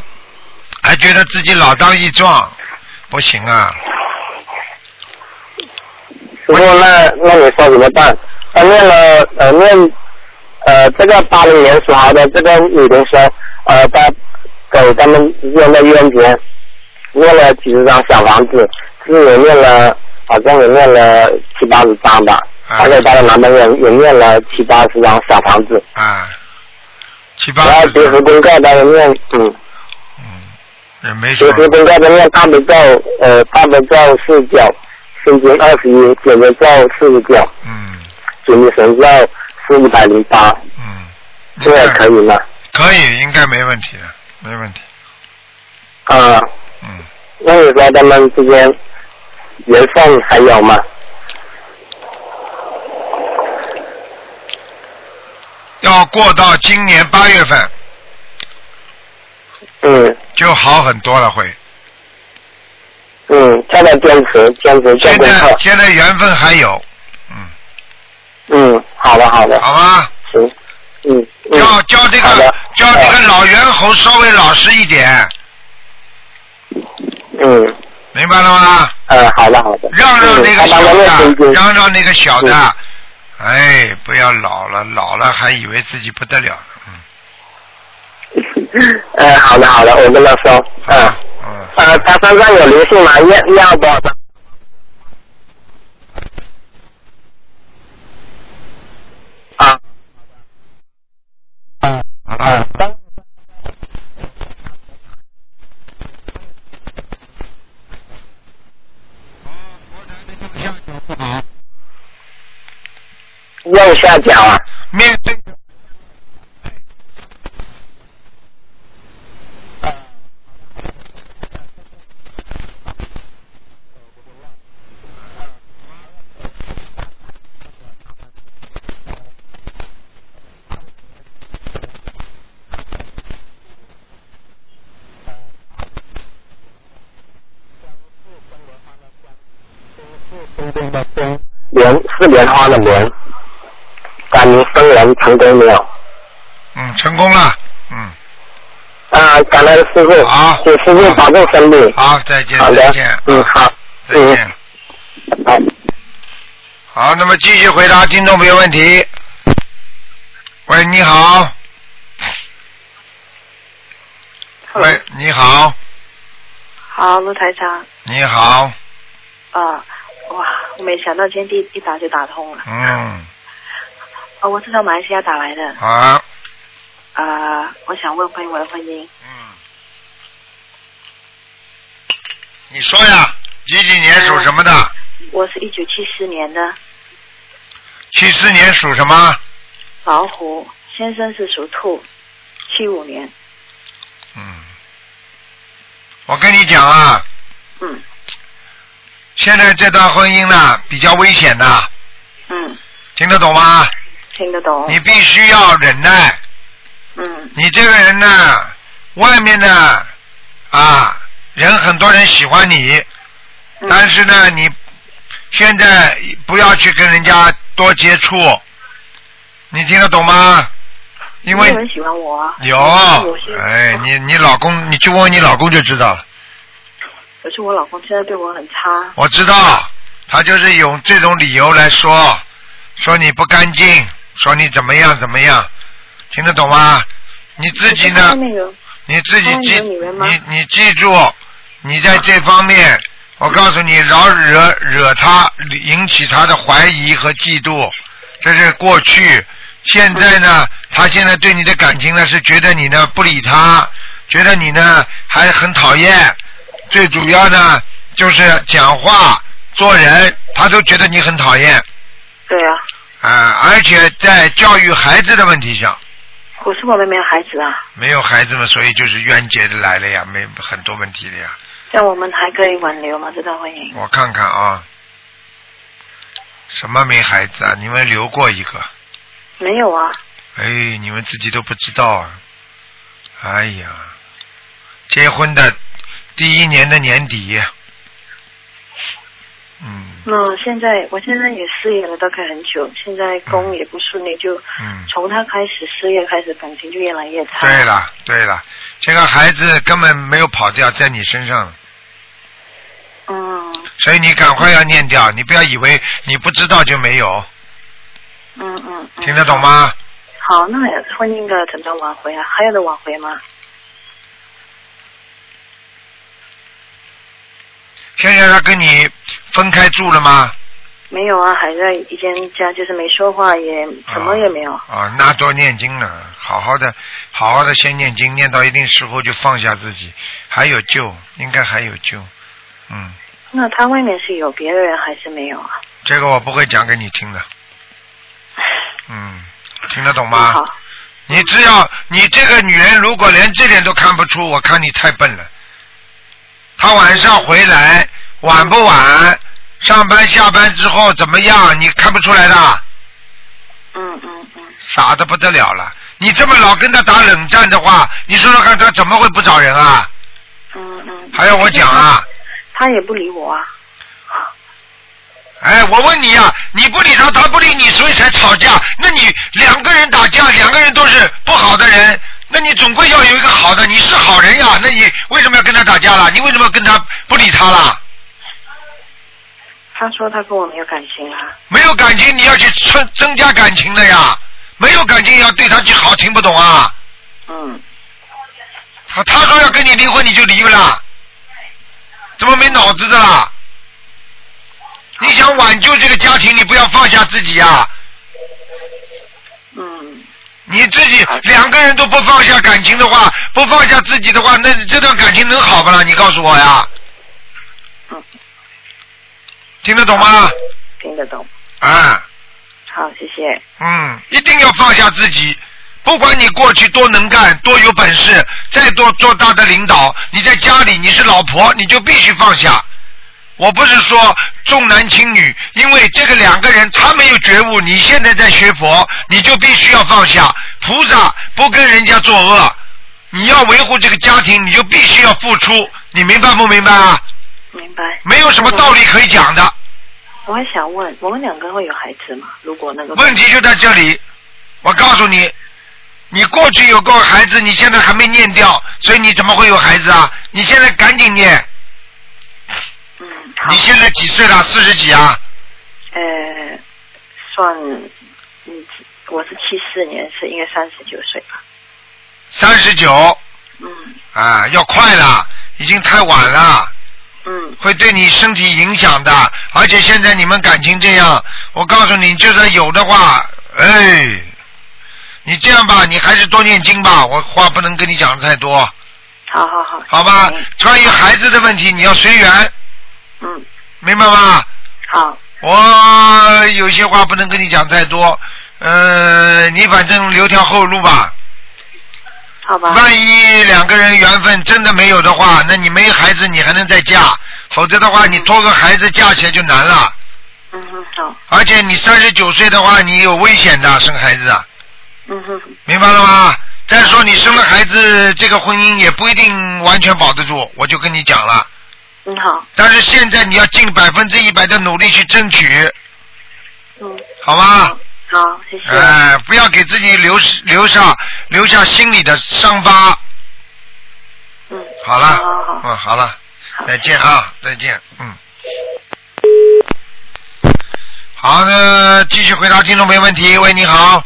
Speaker 1: 还觉得自己老当益壮，不行啊，
Speaker 8: 师傅，那那你说怎么办？他念了呃念呃这个八零年属猴的这个女同学，呃她给他们念的冤结，念了几十张小房子，自己也念了好像也念了七八十张吧，
Speaker 1: 啊
Speaker 8: 她给她的男朋友也念了七八十张小房子，
Speaker 1: 啊，七八
Speaker 8: 然后
Speaker 1: 十
Speaker 8: 平时功课她也念嗯。
Speaker 1: 嗯，也没什
Speaker 8: 平
Speaker 1: 么
Speaker 8: 时跟在念大悲咒，呃，大悲咒四九，心经二十一，解结咒四十九，
Speaker 1: 嗯
Speaker 8: 准提神咒是一百零八，
Speaker 1: 嗯，
Speaker 8: 这个可以吗？
Speaker 1: 可以，应该没问题的，没问题。
Speaker 8: 啊、
Speaker 1: 嗯，
Speaker 8: 那你说他们之间缘分还有吗？
Speaker 1: 要过到今年八月份
Speaker 8: 嗯
Speaker 1: 就好很多了会。
Speaker 8: 嗯，叫他坚持坚持做
Speaker 1: 现
Speaker 8: 功
Speaker 1: 在
Speaker 8: 课。
Speaker 1: 现在缘分还有，嗯，
Speaker 8: 嗯，好的好的，
Speaker 1: 好吧，
Speaker 8: 行，嗯嗯，
Speaker 1: 叫叫这
Speaker 8: 好
Speaker 1: 个
Speaker 8: 的
Speaker 1: 叫这个老猿猴稍微老实一点，
Speaker 8: 嗯
Speaker 1: 明白了吗？
Speaker 8: 呃，好的好的，
Speaker 1: 让让那
Speaker 8: 嗯
Speaker 1: 个
Speaker 8: 他帮他念
Speaker 1: 小
Speaker 8: 心
Speaker 1: 的，
Speaker 8: 经，
Speaker 1: 让让那个小的，哎，不要老了，老了还以为自己不得了呢。
Speaker 8: 呃，好的好的，我跟他说，嗯、
Speaker 1: 啊，嗯，
Speaker 8: 呃，他身上有灵性吗？要要多少张？啊
Speaker 1: 好
Speaker 8: À.
Speaker 1: 了，
Speaker 8: 右下角啊，
Speaker 1: 面对着
Speaker 8: 莲是莲花的莲。感恩生人成功没有？
Speaker 1: 嗯，成功了，嗯，
Speaker 8: 啊，感恩师傅，
Speaker 1: 好
Speaker 8: 请师傅保重身体。
Speaker 1: 好，再见，
Speaker 8: 好
Speaker 1: 再
Speaker 8: 的
Speaker 1: 见，，
Speaker 8: 嗯，
Speaker 1: 啊，
Speaker 8: 好，
Speaker 1: 再见。
Speaker 8: 好。
Speaker 1: 好，那么继续回答听众朋友问题。喂，你好。喂，你好，
Speaker 9: 好，卢台长，
Speaker 1: 你好，
Speaker 9: 啊、哇，我没想到今天第一打就打通了，
Speaker 1: 嗯，
Speaker 9: 啊、我是从马来西亚打来的，呃
Speaker 1: 好，
Speaker 9: 啊、我想问关于我的婚姻，
Speaker 1: 嗯，你说呀，几几年属什么的？
Speaker 9: 呃我是一九七四年的
Speaker 1: 七四年属什么？
Speaker 9: 老虎，先生是属兔，七五年。
Speaker 1: 嗯，我跟你讲啊，
Speaker 9: 嗯
Speaker 1: 现在这段婚姻呢比较危险的，
Speaker 9: 嗯，
Speaker 1: 听得懂吗？
Speaker 9: 听得懂。
Speaker 1: 你必须要忍耐。
Speaker 9: 啊嗯
Speaker 1: 你这个人呢，外面呢啊，人很多人喜欢你，
Speaker 9: 嗯
Speaker 1: 但是呢，你现在不要去跟人家多接触，你听得懂吗？因
Speaker 9: 没
Speaker 1: 为
Speaker 9: 有人喜欢我啊。
Speaker 1: 有
Speaker 9: 我是，
Speaker 1: 哎，你你老公，你去问你老公就知道了。
Speaker 9: 可是我老公现在对我很差。
Speaker 1: 我知道，他就是用这种理由来说，说你不干净，说你怎么样怎么样，听得懂吗？你自己
Speaker 9: 可是
Speaker 1: 呢
Speaker 9: 他？那个
Speaker 1: 你自己记，
Speaker 9: 他有女人吗啊
Speaker 1: 你你记住，你在这方面，我告诉你，老惹惹他，引起他的怀疑和嫉妒，这是过去。现在呢，他现在对你的感情呢，是觉得你呢不理他，觉得你呢还很讨厌。最主要呢，就是讲话、做人，他都觉得你很讨厌
Speaker 9: 对啊，
Speaker 1: 啊、而且在教育孩子的问题上，
Speaker 9: 可是我们没有孩子啊，
Speaker 1: 没有孩子们，所以就是冤结的来了呀，没很多问题的呀。
Speaker 9: 这样我们还可以挽留吗？这段婚姻？
Speaker 1: 我看看啊，什么没孩子啊？你们留过一个，
Speaker 9: 没有啊，
Speaker 1: 哎，你们自己都不知道啊！哎呀，结婚的第一年的年底，嗯
Speaker 9: 那现在我现在也失业了，大概很久，现在工也不顺利，就
Speaker 1: 嗯，
Speaker 9: 从他开始失业开始，感情就越来越差。
Speaker 1: 对了对了，这个孩子根本没有跑掉，在你身上了，
Speaker 9: 嗯
Speaker 1: 所以你赶快要念掉，你不要以为你不知道就没有，
Speaker 9: 嗯嗯。嗯
Speaker 1: 听得懂？吗？
Speaker 9: 好，那婚姻的怎么挽回啊？还有的挽回吗？
Speaker 1: 现在他跟你分开住了吗？
Speaker 9: 没有啊，还在一间家，就是没说话，也什么也没有。
Speaker 1: 啊，那多念经了，好好的，好好的先念经，念到一定时候就放下自己，还有救，应该还有救。嗯，
Speaker 9: 那他外面是有别的人还是没有啊？
Speaker 1: 这个我不会讲给你
Speaker 9: [laughs]
Speaker 1: 听的。嗯，听得懂
Speaker 9: 嗯好
Speaker 1: 吗？，你只要你这个女人如果连这点都看不出，我看你太笨了。她晚上回来晚不晚？上班下班之后怎么样？你看不出来的。
Speaker 9: 嗯嗯嗯，
Speaker 1: 傻的不得了了。你这么老跟他打冷战的话，你说说看，他怎么会不找人啊？
Speaker 9: 嗯嗯。
Speaker 1: 还要我讲啊？
Speaker 9: 他也不理我啊。
Speaker 1: 哎，我问你呀、你不理他，他不理你，所以才吵架。那你两个人打架，两个人都是不好的人，那你总归要有一个好的。你是好人呀，那你为什么要跟他打架啦？你为什么要跟他不理他啦？
Speaker 9: 他说他跟我没有感情啊。
Speaker 1: 没有感情，你要去增增加感情的呀。没有感情也要对他去好，听不懂啊？
Speaker 9: 嗯，
Speaker 1: 他他说要跟你离婚，你就离不啦？怎么没脑子的啦？你想挽救这个家庭，你不要放下自己呀、
Speaker 9: 嗯，
Speaker 1: 你自己两个人都不放下感情的话，不放下自己的话，那这段感情能好不啦？你告诉我呀
Speaker 9: 嗯。
Speaker 1: 听得懂吗？
Speaker 9: 听得懂。
Speaker 1: 啊，
Speaker 9: 好，谢谢。
Speaker 1: 嗯，一定要放下自己。不管你过去多能干、多有本事，再多做大的领导，你在家里你是老婆，你就必须放下。我不是说重男轻女，因为这个两个人他没有觉悟，你现在在学佛，你就必须要放下。菩萨不跟人家作恶，你要维护这个家庭，你就必须要付出。你明白不明白啊？
Speaker 9: 明白。
Speaker 1: 没有什么道理可以讲的，
Speaker 9: 我还想问，我们两个会有孩子吗？如果那个
Speaker 1: 问题就在这里。我告诉你，你过去有过孩子，你现在还没念掉，所以你怎么会有孩子啊？你现在赶紧念。
Speaker 9: 嗯，好
Speaker 1: 你，现在几岁了？四十几啊？
Speaker 9: 呃，算，嗯，我是七四年，是应该三十九岁吧。
Speaker 1: 三十九
Speaker 9: 嗯
Speaker 1: 啊，要快了，已经太晚了，
Speaker 9: 嗯
Speaker 1: 会对你身体影响的。而且现在你们感情这样，我告诉你，就算有的话，哎，你这样吧，你还是多念经吧。我话不能跟你讲太多，
Speaker 9: 好好好，
Speaker 1: 好吧？关于孩子的问题，你要随缘，
Speaker 9: 嗯，
Speaker 1: 明白吗？
Speaker 9: 好，
Speaker 1: 我有些话不能跟你讲太多，呃，你反正留条后路吧。
Speaker 9: 好吧，
Speaker 1: 万一两个人缘分真的没有的话，那你没孩子你还能再嫁，否则的话你拖个孩子嫁起来就难了。
Speaker 9: 嗯哼，好，
Speaker 1: 而且你三十九岁的话，你有危险的生孩子啊。
Speaker 9: 嗯哼，
Speaker 1: 明白了吗？再说你生了孩子，这个婚姻也不一定完全保得住，我就跟你讲了。
Speaker 9: 嗯好，
Speaker 1: 但是现在你要尽百分之一百的努力去争取，
Speaker 9: 嗯，
Speaker 1: 好吗？
Speaker 9: 好，谢谢，
Speaker 1: 哎、不要给自己留留下留下心里的伤疤。
Speaker 9: 嗯，
Speaker 1: 好了，
Speaker 9: 好好好
Speaker 1: 嗯，好了，
Speaker 9: 好
Speaker 1: 再见啊，再见，嗯。好的，继续回答听众没问题。喂，你好，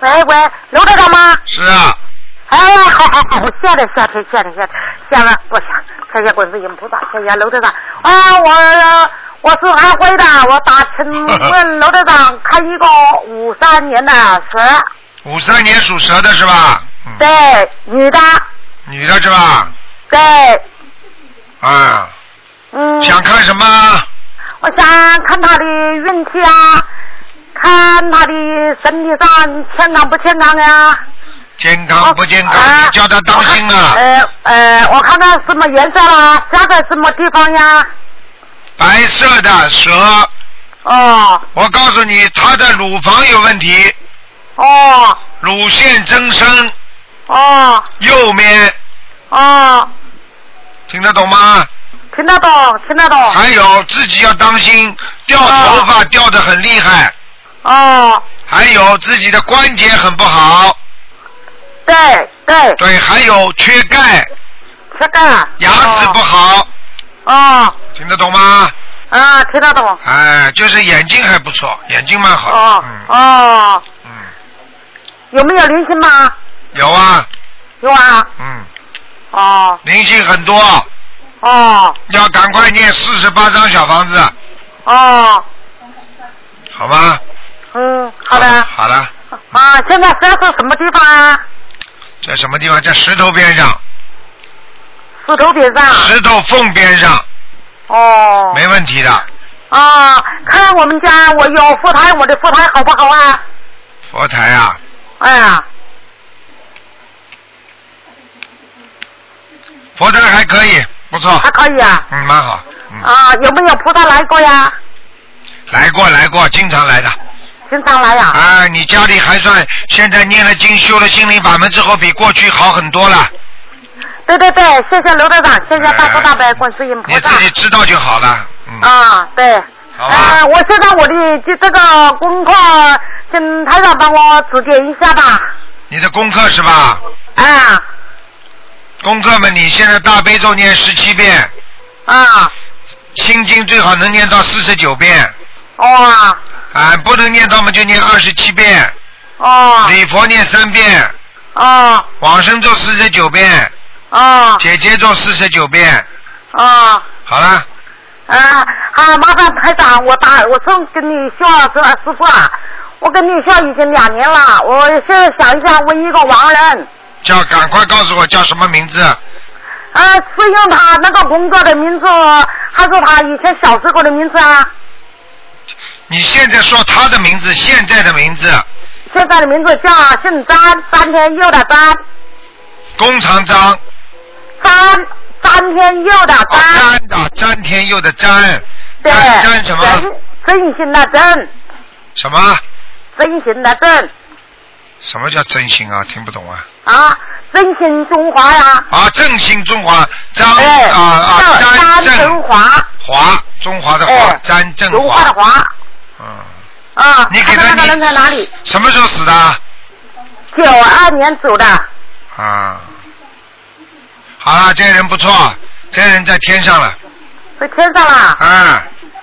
Speaker 5: 喂哎喂，刘队长吗？
Speaker 1: 是啊，
Speaker 5: 哎呀，好好好，我谢了谢了谢了谢了，谢了不行，谢谢观世音菩萨，谢谢楼队长。啊，我我是安徽的，我打请问楼队长看一个五三年的蛇，
Speaker 1: 五三年属蛇的是吧？嗯，
Speaker 5: 对，女的，
Speaker 1: 女的是吧？
Speaker 5: 对，
Speaker 1: 啊、
Speaker 5: 嗯，
Speaker 1: 想看什么？
Speaker 5: 我想看她的运气啊，看她的身体上健康不健康呀、
Speaker 1: 健
Speaker 9: 哦
Speaker 1: 康不健康？你叫他当心啊！
Speaker 5: 呃呃，我看看什么颜色啦，家在什么地方呀？
Speaker 1: 白色的蛇，
Speaker 5: 哦
Speaker 1: 我告诉你，他的乳房有问题，
Speaker 5: 哦
Speaker 1: 乳腺增生，
Speaker 5: 哦
Speaker 1: 右面
Speaker 5: 哦，
Speaker 1: 听得懂吗？
Speaker 5: 听得懂，听得懂。啊
Speaker 1: 还有自己要当心，掉头发掉的很厉害，
Speaker 5: 哦，
Speaker 1: 还有自己的关节很不好，
Speaker 5: 对对，
Speaker 1: 对，还有缺钙，
Speaker 5: 这个。
Speaker 1: 牙齿不
Speaker 5: 啊
Speaker 1: 好，
Speaker 5: 哦
Speaker 1: 听得懂吗？
Speaker 5: 啊，听得懂。
Speaker 1: 哎，就是眼睛还不错，眼睛蛮好的，
Speaker 5: 哦
Speaker 1: 嗯
Speaker 5: 哦，
Speaker 1: 嗯，
Speaker 5: 有没有灵性吗？
Speaker 1: 有啊，
Speaker 5: 有啊。
Speaker 1: 嗯，
Speaker 5: 哦
Speaker 1: 灵性很多。
Speaker 5: 哦
Speaker 1: 要赶快念四十八张小房子，
Speaker 5: 哦，
Speaker 1: 好吗？
Speaker 5: 嗯，好的。
Speaker 1: 好了，
Speaker 5: 啊，现在这是什么地方啊？
Speaker 1: 在什么地方？在石头边上，
Speaker 5: 石头边上。
Speaker 1: 石头缝边上，
Speaker 5: 哦。
Speaker 1: 没问题的。
Speaker 5: 啊，看我们家我有佛台，我的佛台好不好啊？
Speaker 1: 佛台啊，
Speaker 5: 哎呀，
Speaker 1: 佛台还可以，不错
Speaker 5: 还，可以啊。
Speaker 1: 嗯，蛮好，嗯，
Speaker 5: 啊，有没有菩萨来过呀？
Speaker 1: 来过来过，经常来的。
Speaker 5: 经常来呀、
Speaker 1: 啊，你家里还算，现在念了经，修了心灵法门之后，比过去好很多了。
Speaker 5: 对对对，谢谢刘队长，谢谢大哥大伯观世音菩
Speaker 1: 你
Speaker 5: 萨
Speaker 1: 自。己知道就好了，哎嗯，
Speaker 5: 啊，对。
Speaker 1: 好
Speaker 5: 呃，
Speaker 1: 吧，
Speaker 5: 我现在我的这这个功课，请台长帮我指点一下吧。
Speaker 1: 你的功课是吧？
Speaker 5: 啊
Speaker 1: 功课嘛，你现在大悲咒念十七遍，
Speaker 5: 啊，
Speaker 1: 心经最好能念到四十九遍。
Speaker 5: 哦
Speaker 1: 啊，不能念到嘛就念二十七遍，
Speaker 5: 哦
Speaker 1: 礼佛念三遍，
Speaker 5: 哦
Speaker 1: 往生咒四十九遍，
Speaker 5: 哦
Speaker 1: 姐姐咒四十九遍，
Speaker 5: 哦。
Speaker 1: 好了，
Speaker 5: 啊，啊，麻烦台长，我打，我从跟你笑这师傅啊，我跟你笑已经两年了，我是想一下问一个亡人，
Speaker 1: 叫赶快告诉我叫什么名字，
Speaker 5: 啊，是用他那个工作的名字，还是他以前小时候的名字啊？
Speaker 1: 你现在说他的名字，现在的名字，
Speaker 5: 现在的名字叫姓张，张天佑的张，
Speaker 1: 弓长张，哦
Speaker 5: 张张天佑的张，
Speaker 1: 詹啊，詹天佑的詹，
Speaker 5: 对，
Speaker 1: 詹詹什么
Speaker 5: 真真心的真，
Speaker 1: 什么
Speaker 5: 真心的真
Speaker 1: 什么叫真心啊？听不懂啊！
Speaker 5: 啊，真心中华呀、
Speaker 1: 啊，振兴中华，张
Speaker 5: 对，
Speaker 1: 啊啊，
Speaker 5: 叫
Speaker 1: 詹
Speaker 5: 张
Speaker 1: 振
Speaker 5: 中华。
Speaker 1: 华，中华的华，
Speaker 5: 哎
Speaker 1: 詹振
Speaker 5: 如花的
Speaker 1: 华，
Speaker 5: 华
Speaker 1: 嗯，
Speaker 5: 啊，
Speaker 1: 你给
Speaker 5: 他
Speaker 1: 他
Speaker 5: 那个人
Speaker 1: 你
Speaker 5: 在哪里？
Speaker 1: 什么时候死的啊？
Speaker 5: 九二年走的，
Speaker 1: 啊，好了，这个人不错，这个人在天上了，
Speaker 5: 在天上啦。
Speaker 1: 啊，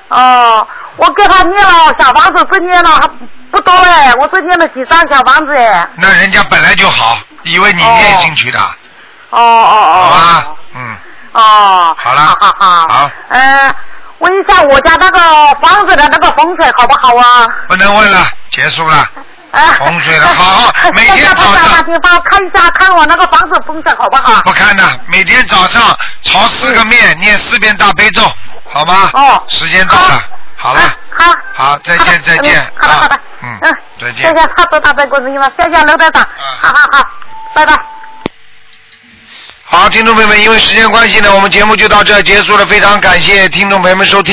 Speaker 5: 哦，我给他念了小房子，是念了还不多哎，我是念了几张小房子哎。
Speaker 1: 那人家本来就好，以为你念进去的，
Speaker 5: 哦哦
Speaker 1: 好
Speaker 5: 哦
Speaker 1: 吧。？嗯，
Speaker 5: 哦。
Speaker 1: 好了
Speaker 5: 哈哈哈。
Speaker 1: 好
Speaker 5: 呃，问一下我家那个房子的那个风水好不好啊？
Speaker 1: 不能问了，结束了，
Speaker 5: 啊
Speaker 1: 洪水了，好
Speaker 5: [laughs]
Speaker 1: 好，每
Speaker 5: 大
Speaker 1: 天
Speaker 5: 家
Speaker 1: 早
Speaker 5: 帮打
Speaker 1: 上
Speaker 5: 打电话看一下，看我那个房子风水好不好？
Speaker 1: 不看的，每天早上朝四个
Speaker 5: [laughs]
Speaker 1: 面念四遍大悲咒，好吗？
Speaker 5: 哦
Speaker 1: 时间到了，好了，
Speaker 5: 好，
Speaker 1: 好，再见再见
Speaker 5: 好的好
Speaker 1: 啊
Speaker 5: 的，
Speaker 1: 嗯
Speaker 5: 嗯，
Speaker 1: 再
Speaker 5: 谢谢
Speaker 1: 见。嗯
Speaker 5: 好多大伯公你们，谢谢刘队长，好好好，拜拜。
Speaker 1: 好，听众朋友们，因为时间关系呢，我们节目就到这儿结束了，非常感谢听众朋友们收听。